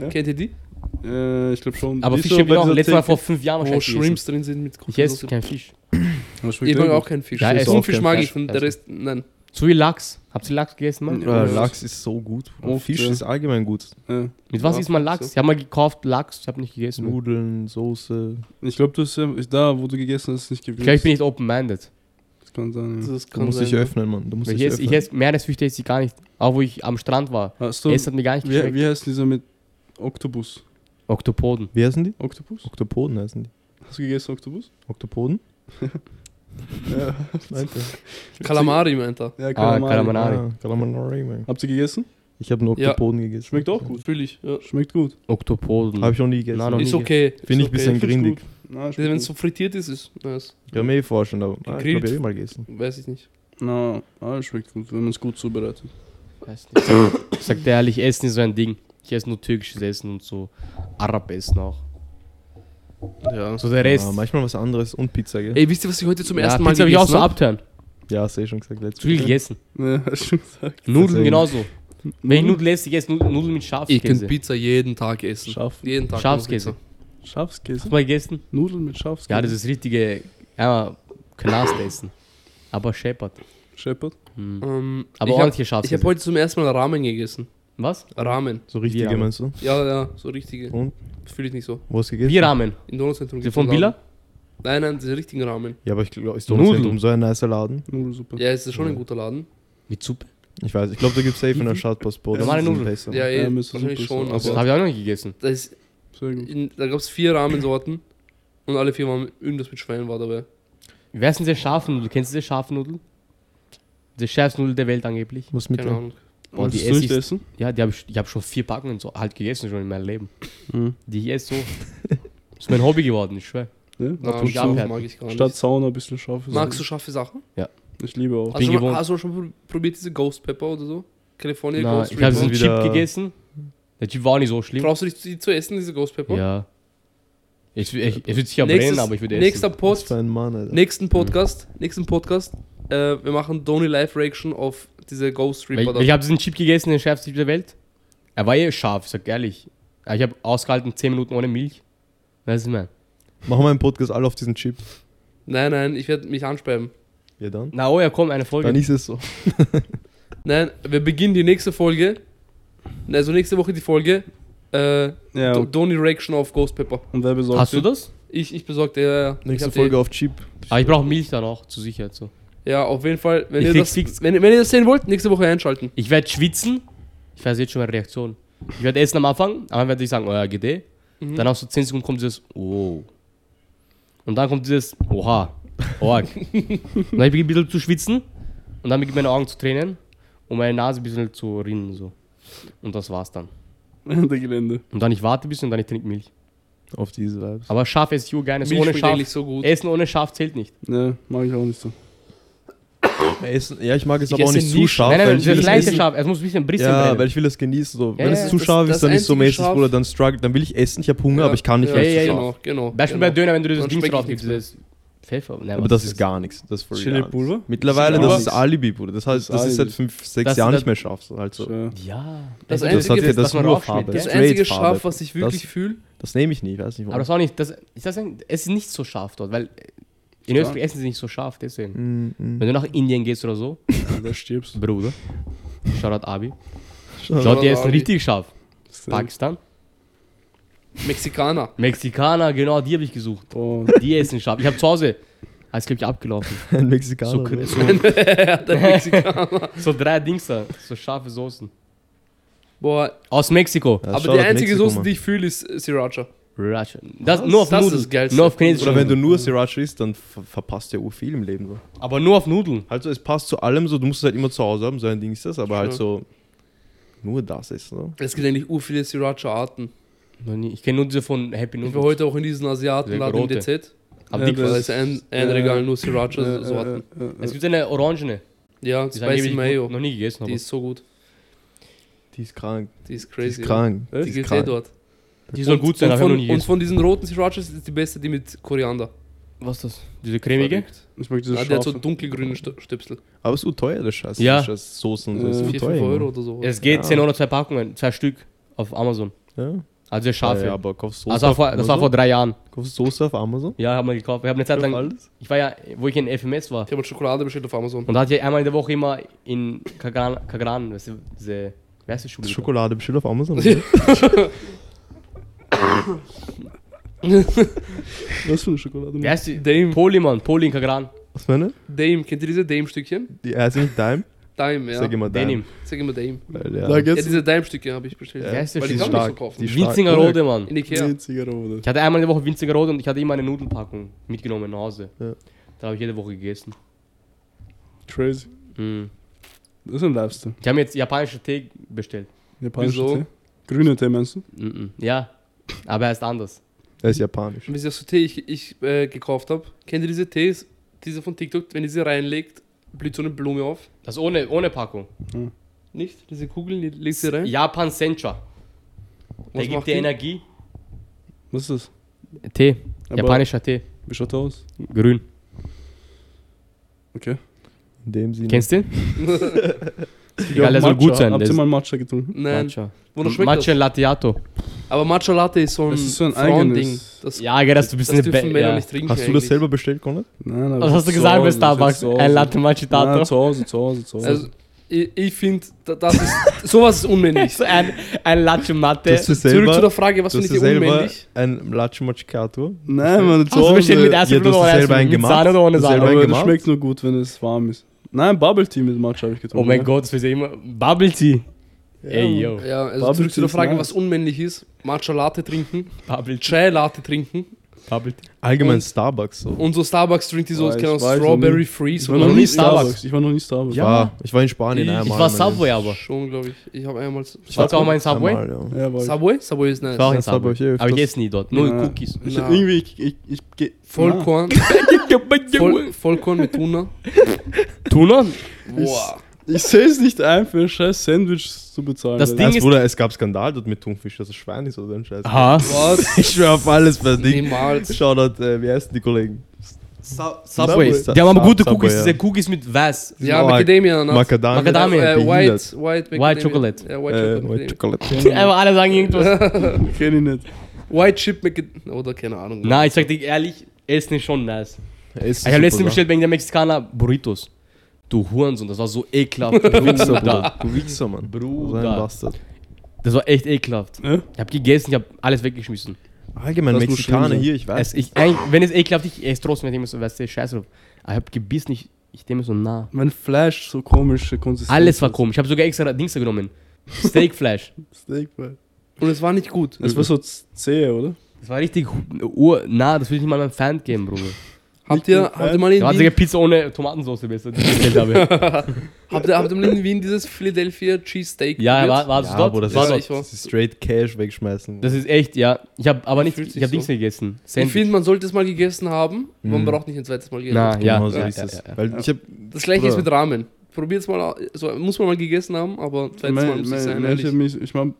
Ja. Kennt ihr die? Äh, ich glaube schon. aber Die ist Fisch so habe ich bei auch dieser letztes Mal Theke. vor fünf Jahren Wo wahrscheinlich gegessen. Shrimps drin sind mit Ich Kokosnuss. esse kein Fisch. Aber schmeckt Ich mag sehr auch gut. keinen Fisch. Ja, Ja, esse auch Thunfisch keinen mag Fisch. ich, und der Rest, nein. Zu viel Lachs. Habt ihr Lachs gegessen, Mann? Ja. Äh, Lachs ist so gut. Bruder. Oft, Fisch ja. ist allgemein gut. Ja. Mit was Ja, isst man Lachs? so. Ich habe mal gekauft Lachs, ich habe nicht gegessen. Nudeln, Soße. Ich glaube, du hast ja, ich- da, wo du gegessen hast, nicht gewürzt. Vielleicht bin ich nicht open-minded. Das kann sein, ja. Das Du kann musst sein, dich ja. öffnen, Mann. Du musst Ich dich esse, ich öffnen. esse Meeresfrüchte esse ich gar nicht. Auch wo ich am Strand war. Hast du, Es hat mir gar nicht Ah, wie, geschmeckt. wie heißt dieser mit Oktopus? Oktopoden. Wie heißen die? Oktopus? Oktopoden heißen die. Hast du gegessen Oktopus? Oktopoden? Ja, Kalamari meint er. ja Ah, Kalamari. Kalamari. Manari. Ah, Calamari, man. Habt ihr gegessen? Ich habe einen Ja. Oktopoden gegessen. Schmeckt auch gut. Fühl ich, ja. Schmeckt gut. Oktopoden. Habe ich noch nie gegessen. Nein, noch nie. Ist okay. Finde ich ein okay. bisschen grindig. Gut. Na, Wenn schmeckt es gut. Also, so frittiert ist, ist nice. Ich kann mir eh vorstellen, aber ah, ich habe Gegrillt. eh mal gegessen. Weiß ich nicht. Na, ah, schmeckt gut, wenn man es gut zubereitet. Weiß nicht. Ich sag dir ehrlich, Essen ist so ein Ding. Ich esse nur türkisches Essen und so Arab-Essen auch. Ja. So der Rest. Ah, manchmal was anderes und Pizza, gell? Ey, wisst ihr, was ich heute zum ersten Mal Pizza hab ich auch so gegessen hab? abtören. Ja, hast du eh schon gesagt. Letztes Zu viel Mal. gegessen. Ja, hast schon gesagt. Nudeln Deswegen- genauso. Wenn ich Nudeln esse, ich esse Nudeln Nudeln mit Ich kann Schafskäse. Pizza jeden Tag essen. Schaf Jeden Tag. Schafskäse. Pizza. Schafskäse? Hast du mal gegessen? Nudeln mit Schafskäse? Ja, das ist richtige ja, Knastessen. Aber scheppert. Hm. Shepherd. Ähm, Aber ich hab- ordentliche Ich habe Schafskäse. heute zum ersten Mal Ramen gegessen. Was? Ramen. So richtige, Ja. meinst du? Ja, ja, so richtige. Und? Fühle ich nicht so. Wo hast du gegessen? Wie Ramen. Im Donauzentrum Sind gibt's von einen Ramen. Billa? Nein, nein, diese richtigen Ramen. Ja, aber ich glaube, ist Nudeln. Donauzentrum so ein nicer Laden. Nudelsuppe. Ja, es ist schon ein guter Laden. Mit Suppe? Ich weiß, ich glaube, da gibt es safe in der Stadt Passport. Normale Nudeln. besser. Ja, eh, Ja, müsste wahrscheinlich super sein. schon. Also Aber Das habe ich auch noch nicht gegessen. da, ist Sehr gut. in, da gab es vier Rahmensorten und alle vier waren irgendwas mit Schwein war dabei. Wer ist denn diese scharfe Nudel? Kennst du diese scharfe Nudel? Die schärfste Nudel der Welt angeblich. Was mit Keine dem? Ahnung. Boah, Willst die du nicht Essis- essen? Ja, die hab ich, ich habe schon vier Packungen so halt gegessen schon in meinem Leben. Mhm. Die ich esse so. ist mein Hobby geworden, ich schwör. Ja? Na, Ab und scharf zu. Abhärten. mag ich gar nicht. Statt Sauna ein bisschen scharf. Magst du scharfe Sachen? Ich liebe auch. Hast du, schon mal, gewohnt. hast du schon mal probiert diese Ghost Pepper oder so? California Na, Ghost ich habe Pepper? so einen wieder- Chip gegessen. Der Chip war auch nicht so schlimm. Brauchst du die, die zu essen, diese Ghost Pepper? Ja. Ich, ich, ich würde sicher brennen, aber ich würde nächster essen. Was Post, für ein Mann, Alter. nächsten Podcast, nächsten Podcast, äh, wir machen Donny Live Reaction auf diese Ghost Weil, Reaper. weil ich habe diesen Chip gegessen, den schärfsten Chip der Welt. Er war eh scharf, ich sag ehrlich. Aber Ich habe ausgehalten 10 Minuten ohne Milch. Weißt du, ich mein? Machen wir einen Podcast alle auf diesen Chip. nein, nein, ich werde mich anspeiben. Ja, dann. Na oh ja, komm, eine Folge. Dann ist es so. Nein, Ne, wir beginnen die nächste Folge. Also nächste Woche die Folge. Äh, Ja, Do- und Donny Reaction auf Ghost Pepper. wer besorgt Hast du den? das? Ich, ich besorge dir. Nächste Folge auf Chip. Aber ich brauche Milch dann auch, zur Sicherheit so. Ja, auf jeden Fall. Wenn Ich ihr, krieg das, fix- wenn, wenn ihr das sehen wollt, nächste Woche einschalten. Ich werde schwitzen. Ich weiß jetzt schon meine Reaktion. Ich werde essen am Anfang, aber dann werde ich sagen, oh ja, geht eh. Mhm. Dann nach so 10 Sekunden kommt dieses, oh. Und dann kommt dieses, oha, org. und dann beginne ich ein bisschen zu schwitzen. Und dann beginnen meine Augen zu tränen. Und meine Nase ein bisschen zu rinnen. So. Und das war's dann. Der Gelände. Und dann ich warte ein bisschen und dann ich trinke Milch. Auf diese Vibes. Aber scharf esse ich auch gerne. So Milch ohne schmeckt eigentlich scharf. so gut. Essen ohne scharf zählt nicht. Ne, mag ich auch nicht so. Essen, ja, ich mag es Ich aber auch esse nicht zu nie scharf. nein, nein, weil nein, ich will das es leichte essen- scharf. Es muss ein bisschen brisseln Ja, weil brennen. ich will es genießen. So. Ja, Wenn ja, es zu das- scharf das ist, dann ist so einzige mäßig, Scharf- Bruder. Dann struggle. Dann will ich essen. Ich habe Hunger, aber ich kann nicht, ja, weil ja, es zu ja, scharf genau, genau. Beispiel genau. bei Döner, wenn du das Dann Ding schmeckt drauf nichts gibst, dieses Pfeffer. Nein, Aber was das ist ist gar nichts. Das ist voll Chili gar nichts. Pulver? Mittlerweile, Chili das ist Pulver. Alibi, Bruder. Das heißt, Das das ist ist seit Alibi. fünf, sechs Das- Jahren das- nicht mehr scharf. so, Halt so. Ja. Ja. Das Das Einzige hat ist, hier, das dass ist man nur rausschmeckt, Farbe. Das ja. einzige Straight Farbe. Schaf, was ich wirklich Das- fühle. Das nehme ich nicht, weiß nicht Aber warum. das war nicht, das, ich sag, sagen, es ist nicht so scharf dort, weil in Ja. Österreich essen sie nicht so scharf, deswegen. Mm, mm. Wenn du nach Indien gehst oder so, Da stirbst du. Bruder, Shoutout Abi, Schau. dort die essen Abi. richtig scharf. Sehr- Pakistan, Mexikaner. Mexikaner, genau, die habe ich gesucht. Boah, Die essen scharf. Ich habe zu Hause, als glaube ich abgelaufen, Ein Mexikaner. so, Bruder. so, Der Mexikaner. so drei Dings da, so scharfe Soßen. Boah, Aus Mexiko. Ja, aber schau die nach einzige Mexiko, Soße, Mann. die ich fühle, ist äh, Sriracha. Russia. Das, nur auf Das ist Nudeln, das Geilste. nur auf Chinesisch. Oder wenn du nur Sriracha isst, dann ver verpasst du ja ur viel im Leben. So. Aber nur auf Nudeln. Halt so, es passt zu allem so, du musst es halt immer zu Hause haben, so ein Ding ist das, aber halt Sure. so nur das ist, ne? Es gibt eigentlich ur viele Sriracha-Arten. Noch nie. Ich kenne nur diese von Happy Ich war Nudeln. heute auch in diesen Asiatenladen im Rote. DZ. Aber Ja, die, Da Das- ist ein, ein äh, Regal nur äh, Sriracha-Sorten. äh, äh, es gibt eine orangene. Ja, Die ist angeblich Spicy Mayo. noch nie gegessen. Die Aber. ist so gut. Die ist krank. Die ist Die crazy. ist krank. Äh? Die Die ist gibt's eh krank. dort. Die soll gut sein, und aber ich noch von, nie und gegessen. von diesen roten Srirachas ist die beste, die mit Koriander. Was ist das? Diese cremige? Verrückt. Ich mag diese Ah, der hat so scharfe. dunkelgrüne Stö- Stöpsel. Aber ist so teuer, das Scheiß. Ja. Das Scheiß Soßen und so. Äh, Ist so 4, 5 teuer. Euro Euro. oder so. Es geht Ja. 10 Euro zwei Packungen, zwei Stück auf Amazon. Ja. Also sehr scharf. Ah, ja, Ja, aber kaufst Soße das, war auf vor, das war vor Amazon? drei Jahren. Kaufst Soße auf Amazon? Ja, haben wir gekauft. Ich habe eine Zeit lang. Ich war ja, wo ich in FMS war. Ich habe mal Schokolade bestellt auf Amazon. Und da hatte ich einmal in der Woche immer in Kagran, Kagran weißt du, diese, wie heißt die Schule? Schokolade bestimmt auf Amazon. oder? Was für eine Schokolade? Wie heißt die? Dame. Poliman, Poli in Kagran. Was meine? Dame, kennt ihr diese Dame-Stückchen? Die heißt nicht Dime? Dime, Ich ja. sag immer Dime. Denim. Sag immer Dame. Weil, ja. Da Ja, geht's. diese Dime-Stücke habe ich bestellt. Wie heißt der Weil die Scheiß? kann man nicht so kaufen. Die ist stark. Winzinger Rode, Mann. In Ikea. Einziger oder? Ich hatte einmal in der Woche Winziger Rode und ich hatte immer eine Nudelpackung mitgenommen nach Hause. Ja. Da habe ich jede Woche gegessen. Crazy. Mhm. Das ist ein Lifestyle. Ich habe mir jetzt japanische Tee bestellt. Japanischer Wieso? Tee. Grüner Tee meinst du? Mhm. Ja, aber er ist anders. Er ist japanisch. Wisst ihr, was für Tee ich, ich äh, gekauft habe? Kennt ihr diese Tees, diese von TikTok? Wenn ihr sie reinlegt, blüht so eine Blume auf. Das ohne, ohne Packung. Nicht? Diese Kugeln, die legst du rein? Japan Sencha. Der Was gibt macht dir die? Energie. Was ist das? Tee. Aber- Japanischer Tee. Wie schaut der aus? Grün. Okay. In dem Sinne. Kennst du den? Egal, der soll gut sein. Habt Der ihr ist mal Matcha getrunken? Nein. Matcha. Wonach schmeckt Matcha Lateato. das? Aber Matcha Latte ist so ein, Das ist so ein Frauending. eigenes- Das, Ja, gell, dass du ein bisschen das dürfen Männer ja. nicht trinken Hast du das eigentlich. selber bestellt, Conrad? Nein, aber Was hast du gesagt bei Starbucks? Ein Latte Nein, Macchiato. zu Hause, zu Hause, zu Hause. Also, ich, ich finde, das ist, sowas ist unmännlich. So ein, ein Latte Matte. Dass du Zurück zu der selber, Frage, was dass finde du ich selber unmännlich? ein Latte Macchiato Nein, man, zu Hast du bestimmt mit Eis Ja, du hast oder das ohne Eis? selber einen Mit gemacht? Sahne oder ohne Das Sahne? selber Aber das gemacht? schmeckt nur gut, wenn es warm ist. Nein, Bubble Tea mit Matcha habe ich getrunken. ne? Oh mein ja. Gott, das wird ja immer. Bubble Tea. Ey, yo. Ja, also zurück Bubble zu Tea der ist Frage, nice. was unmännlich ist. Matcha Latte trinken, Bubble Tea. Chai Latte trinken Bubble Tea. Allgemein Und- Starbucks. So. und so Starbucks trinkt die so, Weiß, keine Ahnung, weiß noch Strawberry nie. Freeze Ich war oder noch so. nie Starbucks. Starbucks. Ich war noch nie Starbucks. Ja. War, ich war in Spanien ne, Ich, einmal. ich war Mann. Subway aber. Schon, glaube ich. Ich habe einmal. Ich war auch mal in Subway. Einmal, ja. Ja, war ich. Subway? Subway ist nice. Ich war auch in Das hab Subway. ich eh öfters. aber ich esse nie dort. Nur Ja. Cookies. Ich, Na. irgendwie, ich, ich, ich, geh- Vollkorn. Voll, Vollkorn mit Tuna. Tuna? Boah. Na, Ich sehe es nicht ein, für ein scheiß Sandwich zu bezahlen. Das Alter. Ding Nein, ist- Bruder, es gab Skandal dort mit Thunfisch, dass es Schwein ist oder ein Scheiß. Aha. Was? Ich schwör auf alles bei Ding. Niemals. Shoutout, äh, wie heißen die Kollegen? Subway. Subway. Die haben aber Sub- gute Subway, Cookies. ja. Diese Cookies mit was? Ja, Oh, Macadamia. Nuts. Macadamia. Macadamia, Äh, behindert. white, white, White Macadamia. Chocolate. Ja, white Äh, Chocolate. White Macadamia. Chocolate. Einfach alle sagen irgendwas. Kenn ich nicht. White Chip Macadamia. Oder keine Ahnung. Nein, ich sag dir ehrlich, Essen ist schon nice. Ich Ich habe letztens bestellt wegen der Mexikaner Burritos. Du Hurensohn, das war so ekelhaft. Du Wichser, Bruder. Du Wichser, Mann. So ein Bruder. Bastard. Das war echt ekelhaft. Ja? Ich habe gegessen, ich habe alles weggeschmissen. Allgemein Das muss Mexikaner schlimm sein. hier, ich weiß. Es, ich, eigentlich, wenn es ekelhaft ist, ich esse trotzdem, ich denke mir so, weißt du, scheiße drauf. Aber ich habe gebissen, ich, ich nehme so nah. Mein Fleisch, so komische Konsistenz. Alles war komisch. Ich habe sogar extra Dings genommen. Steakfleisch. Steak, Mann. Und es war nicht gut. Es war so zäh, oder? Das war richtig ur... Na, das würde ich nicht mal meinem Fan geben, Bruder. Habt ihr, habt ihr mal in Da hat sogar Wien, Pizza ohne Tomatensauce besser, die ich bestellt habe. habt ihr, habt ihr mal in Wien dieses Philadelphia Cheese Steak Ja, probiert? war, war das also dort? Bruder, war das, doch- ist, das ist straight Cash wegschmeißen. Das ist echt, ja. Ich habe aber nicht... Fühlt sich Ich habe so. Dings gegessen. Ich Sandwich. finde, man sollte es mal gegessen haben, aber man Mhm. braucht nicht ein zweites Mal gegessen. Na, ja. Genau so ja, ist ja, es. ja, ja. Weil ich hab, Das gleiche Bruder. ist mit Ramen. Probiert's mal aus. Also, muss man mal gegessen haben, aber zweites Mal Mein, muss es mein, sein. mein, ich hab ehrlich. mich, ich mein,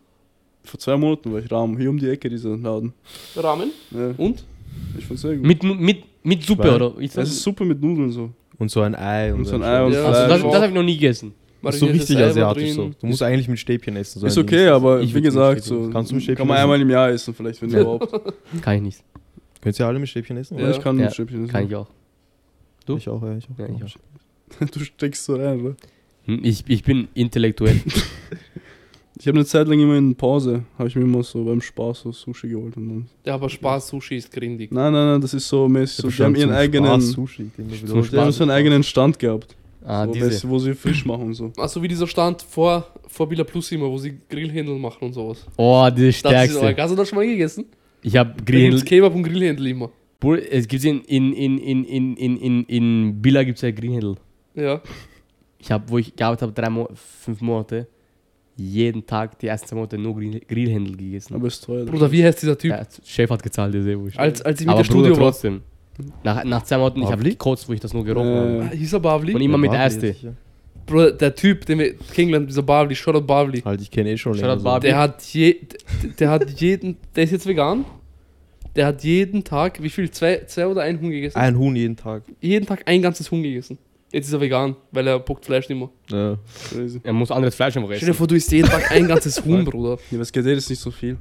vor zwei Monaten war ich Rahmen. Hier um die Ecke, dieser Laden. Ramen? Ja, Und? ich fand's sehr gut. Mit, mit, mit Suppe, Schwein. oder? Ich es ist Suppe mit Nudeln so. und so ein Ei. Und so ein Scheiß. Ei und Ja. also, Fleisch. das, Fleisch. das habe ich noch nie gessen. Das ist so Mariniertes richtig Ei war asiatisch so. drin. Du musst eigentlich mit Stäbchen essen. So ist ein okay, Ding. Ich aber würd's wie mit gesagt, Stäbchen so essen. Kannst du mit Stäbchen kann man essen? einmal im Jahr essen, vielleicht, wenn Ja. überhaupt. Kann ich nicht. Könnt ihr alle mit Stäbchen essen? Ja, oder? ich kann Ja, mit Stäbchen essen. Kann ich auch. du? Ich auch, ja. Ich auch. Ja, ich auch. Du steckst so rein, oder? Hm, Ich, ich bin intellektuell. Ich habe eine Zeit lang immer in Pause, habe ich mir immer so beim Spaß so Sushi geholt und dann. Ja, aber Spaß, Sushi ist grindig. Nein, nein, nein, das ist so mäßig. So, die haben ihren eigenen, Spaß, Sushi, den wir die haben so einen eigenen Stand gehabt, Ah, so, diese. mäßig, wo sie frisch machen und so. Also wie dieser Stand vor, vor Villa Plus immer, wo sie Grillhändel machen und sowas. Oh, diese Das ist Stärkste. arg. Hast du das schon mal gegessen? Ich habe Da gibt's Grill. Kebab und Grillhändel immer. Bro, Es gibt in, in, in, in, in, in, in, in Billa gibt es ja Greenhandel. Ja. Ich habe, wo ich gearbeitet habe, drei Mo fünf Monate, jeden Tag die ersten zwei Monate nur Grill Grillhandel gegessen. Aber ist teuer. Bruder, wie heißt dieser Typ? ja, Chef hat gezahlt, der Sebo. Als, als ich mit Aber der Studio Bruder war. trotzdem. Nach, nach zwei Monaten, ich habe gekotzt, wo ich das nur gerochen Äh, habe. Ah, Hieß er Und Bavli? immer mit Eiste. Bruder, der Typ, den wir kennengelernt haben, dieser Bavli, Shoutout Bavli. Halt, ich kenne eh schon Shoutout länger so. Barbie. Der hat je, d- der hat jeden, der ist jetzt vegan. Der hat jeden Tag, wie viel, zwei, zwei oder ein Huhn gegessen? Ein Huhn jeden Tag. Jeden Tag ein ganzes Huhn gegessen. Jetzt ist er vegan, weil er bockt Fleisch nicht mehr. Ja. Crazy. Er muss anderes Fleisch einfach Stell dir essen. vor, du isst jeden Tag ein ganzes Huhn, Bruder. Ja, was geht, das ist nicht so viel.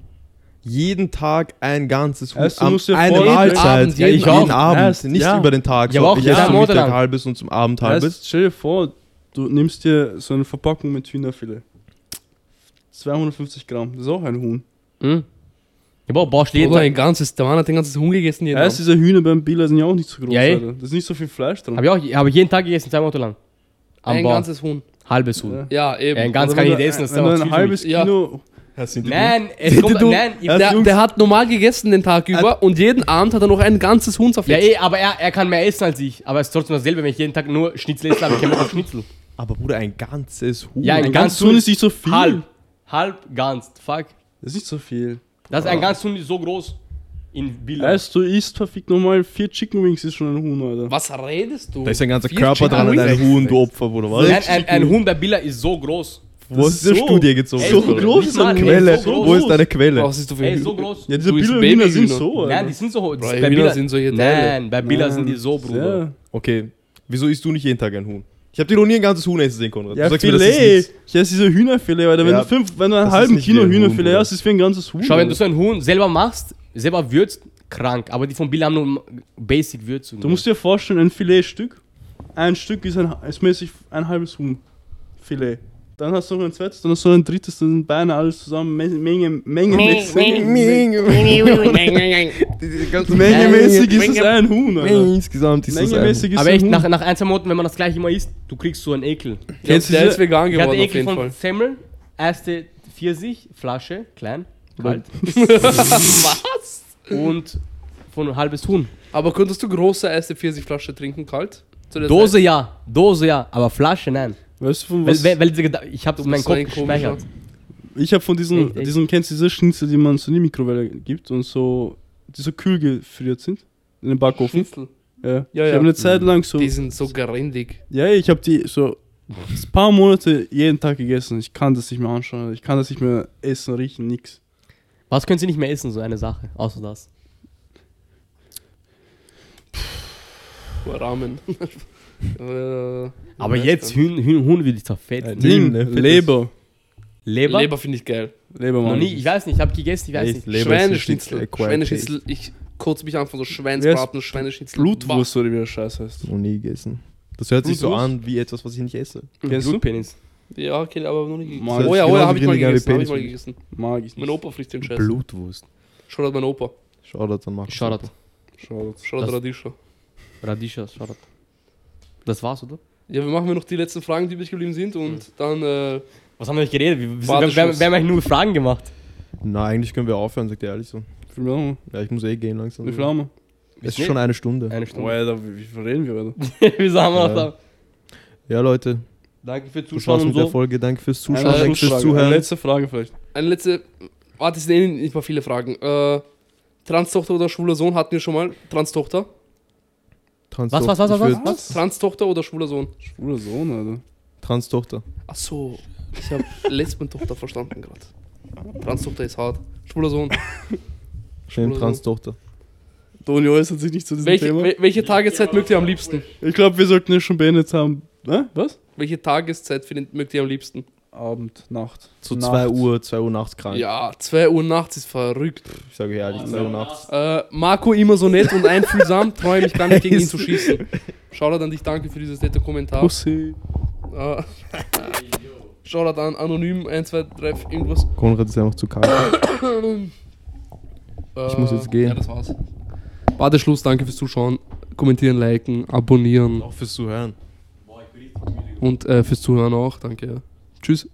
Jeden Tag ein ganzes Huhn. Weißt du, am- musst dir eine vorstellen- Mahlzeit. Jeden Abend, jeden jeden Abend. Abend. Ja, Nicht ja. über den Tag. Ja, aber auch ich jeden esse zum Abend Mittag lang. halbes und zum Abend halbes. Heißt, stell dir vor, du nimmst dir so eine Verpackung mit Hühnerfilet. 250 Gramm, das ist auch ein Huhn. Hm? Ja, boah, brauchst du jeden Oder ein Tag. ganzes, der Mann hat ein ganzes Huhn gegessen jeden Erst Abend. diese Hühner beim Billa sind ja auch nicht so groß, Ja, eh. Alter. Da ist nicht so viel Fleisch dran. Habe ich auch, hab ich jeden Tag gegessen, zwei Monate lang. Am Ein Bau. ganzes Huhn. Halbes Huhn. Ja. Ja, Ja, ein eben. ganz Oder kann Also wenn ich du- nicht essen, das wenn du dauert ein halbes Ja. Kilo. Nein, es kommt, du- nein, ich, Der, der hat normal gegessen den Tag über und jeden Abend hat er noch ein ganzes Huhn Ja, zerfetzt. eh, aber er, er kann mehr essen als ich. Aber es ist trotzdem dasselbe, wenn ich jeden Tag nur Schnitzel esse, habe ich keinen Bock auf Schnitzel. Aber Bruder, ein ganzes Huhn. Ja, ein Ein ganz ganz Huhn ist nicht so viel. Halb. Halb, ganz. Fuck. Das ist nicht so viel. Das ist ein ganz Huhn ist so groß in Villa. Weißt du, isst verfickt nochmal vier Chicken Wings ist schon ein Huhn, Alter. Was redest du? Da ist ein ganzer Vier Körper Chicken dran und Wings? ein Huhn, du Opfer, Bruder. Was? Nein, ein, ein Huhn bei Billa ist so groß. Wo hast du diese so- Studie gezogen? Ey, so groß Wie ist so eine Mann, ey, Quelle. so groß. Wo ist deine Quelle? Was Oh, ist du für Ey, so groß. Ja, diese Du bist Bilderhühner Babyhühner. sind so, Nein, die Alter. sind so hoch. Bro, Bilder sind solche Teile. Nein, bei Billa sind die so, Nein, Bruder. ja. Okay, wieso isst du nicht jeden Tag ein Huhn? Ich habe dir noch nie ein ganzes Huhn essen sehen, Konrad. Ja, du sagst mir, das ist Filet. nichts. ich esse diese Hühnerfilet, weil wenn Ja, du fünf, wenn du das einen ist halben nicht Kilo wie ein Huhn, Hühnerfilet Bruder. hast, ist wie ein ganzes Huhn. Schau, wenn du so ein Huhn selber machst, selber würzt, krank. Aber die von Billa haben nur Basic Würzung. du musst dir vorstellen, ein Filetstück, ein Stück ist, ein, ist mäßig ein halbes Huhnfilet. Dann hast du noch ein zweites, dann hast du noch ein drittes, dann sind Beine alles zusammen, Me- Menge, mengemäßig. Mengemäßig ist es ein Huhn, Alter. Insgesamt ist das ein Mengemäßig ist es aber ein echt, Huhn. nach, nach ein, zwei Monaten, wenn man das gleich immer isst, du kriegst so einen Ekel. Kennst du der diese- ist vegan Ich hatte geworden auf Ekel jeden von Fall. Semmel, erste Pfirsich, Flasche, klein, kalt. Was? Und von ein halbes Huhn. Aber konntest du große erste Pfirsichflasche trinken, kalt? Zu der Dose ja, Dose ja, aber Flasche nein. Weißt du, von Weil, was? weil, weil diese Geda- ich habe Du meinen bist so Kopf ein komischer. gespeichert. Ich habe von diesen, Echt, echt. diesen, kennst du diese Schnitzel, die man so in die Mikrowelle gibt und so, die so kühl gefriert sind? In den Mhm. Backofen. Schnitzel. Ja. Ja, ich ja. habe eine Zeit lang so. Die sind so grindig. Ja, ich habe die so ein paar Monate jeden Tag gegessen. Ich kann das nicht mehr anschauen. Ich kann das nicht mehr essen, riechen, nix. Was können sie nicht mehr essen, so eine Sache, außer das? Rahmen. äh, Aber weiß jetzt dann. Huhn, Huhn, Huhn will ich zerfetzen. Äh, Ein Ding, ne? Fettes. Leber. Leber? Leber finde ich geil. Leber, Noch Mann. nie, ich weiß nicht, ich habe gegessen, ich weiß Echt? nicht. Leber ist nicht Schweineschnitzel. equal Schweineschnitzel. Ich kotze mich an von so Schweinsbraten, Yes. Schweineschnitzel. Blutwurst oder wie der Scheiß heißt. Noch nie gegessen. Das hört sich so Blutwurst? an wie etwas, was ich nicht esse. Kennst du? Blutpenis. Ja, okay, aber noch nicht gegessen. Mann, das oh ist ja, oh ja, genauso habe ich mal grindig wie gegessen. Hab ich Penis. mal gegessen. Mag ich nicht. Mein Opa frisst den Scheiß. Blutwurst. Schaut an meinen Opa. Shoutout an Markus. Shoutout. Schaut's. Schaut an Das- Radischer. Radischer, Shoutout. Das war's, oder? Ja, wir machen wir noch die letzten Fragen, die übrig geblieben sind und dann äh, Was haben wir euch geredet? Wir, wir, War wir, das wir, Schluss. wir haben eigentlich nur Fragen gemacht. Na, eigentlich können wir aufhören, sagt er ehrlich so. Wie viel haben Ja, ich muss eh gehen wir? langsam. Wie viel haben Es ist schon eine Stunde. Eine wir? Oh, Stunde. Alter, wie wie viel reden wir, Alter? Wieso haben wir noch Ja. da? Ja, Leute, Danke für das war's Zuschauen und mit der so. Folge. Danke fürs Zuschauen, Eine danke fürs Schlussfrage. Eine Zuhören. Letzte Frage vielleicht. eine letzte. Warte, es sind eh nicht mal viele Fragen. Äh, Transtochter oder schwuler Sohn hatten wir schon mal. Transtochter. Transtochter. Was, was, was, Ich was, würd- was? Transtochter oder schwuler Sohn? Schwuler Sohn, Alter. Transtochter. Achso, ich habe Lesbentochter verstanden gerade. Transtochter ist hart. Schwuler Sohn. Schön, Sohn. Transtochter. Toni äußert sich nicht zu diesem Welche, Thema. wel- welche Tageszeit mögt ihr am liebsten? Ich glaube, wir sollten es schon beendet haben. ne? Hä? Was? Welche Tageszeit findet, mögt ihr am liebsten? Abend, Nacht. Zu Nacht. 2 Uhr, 2 Uhr nachts krank. Ja, 2 Uhr nachts ist verrückt. Ich sage ehrlich, 2 Uhr nachts. Äh, Marco immer so nett und einfühlsam, traue mich gar nicht gegen ihn zu schießen. Shoutout an dich, danke für dieses nette Kommentar. Pussy. Äh, Shoutout an Anonym 1, 2, 3, irgendwas. Konrad ist einfach zu kalt. Äh, Ich muss jetzt gehen. Ja, das war's. War der Schluss, danke fürs Zuschauen. Kommentieren, liken, abonnieren Auch fürs Zuhören. und äh, fürs Zuhören auch. Danke. Tschüss.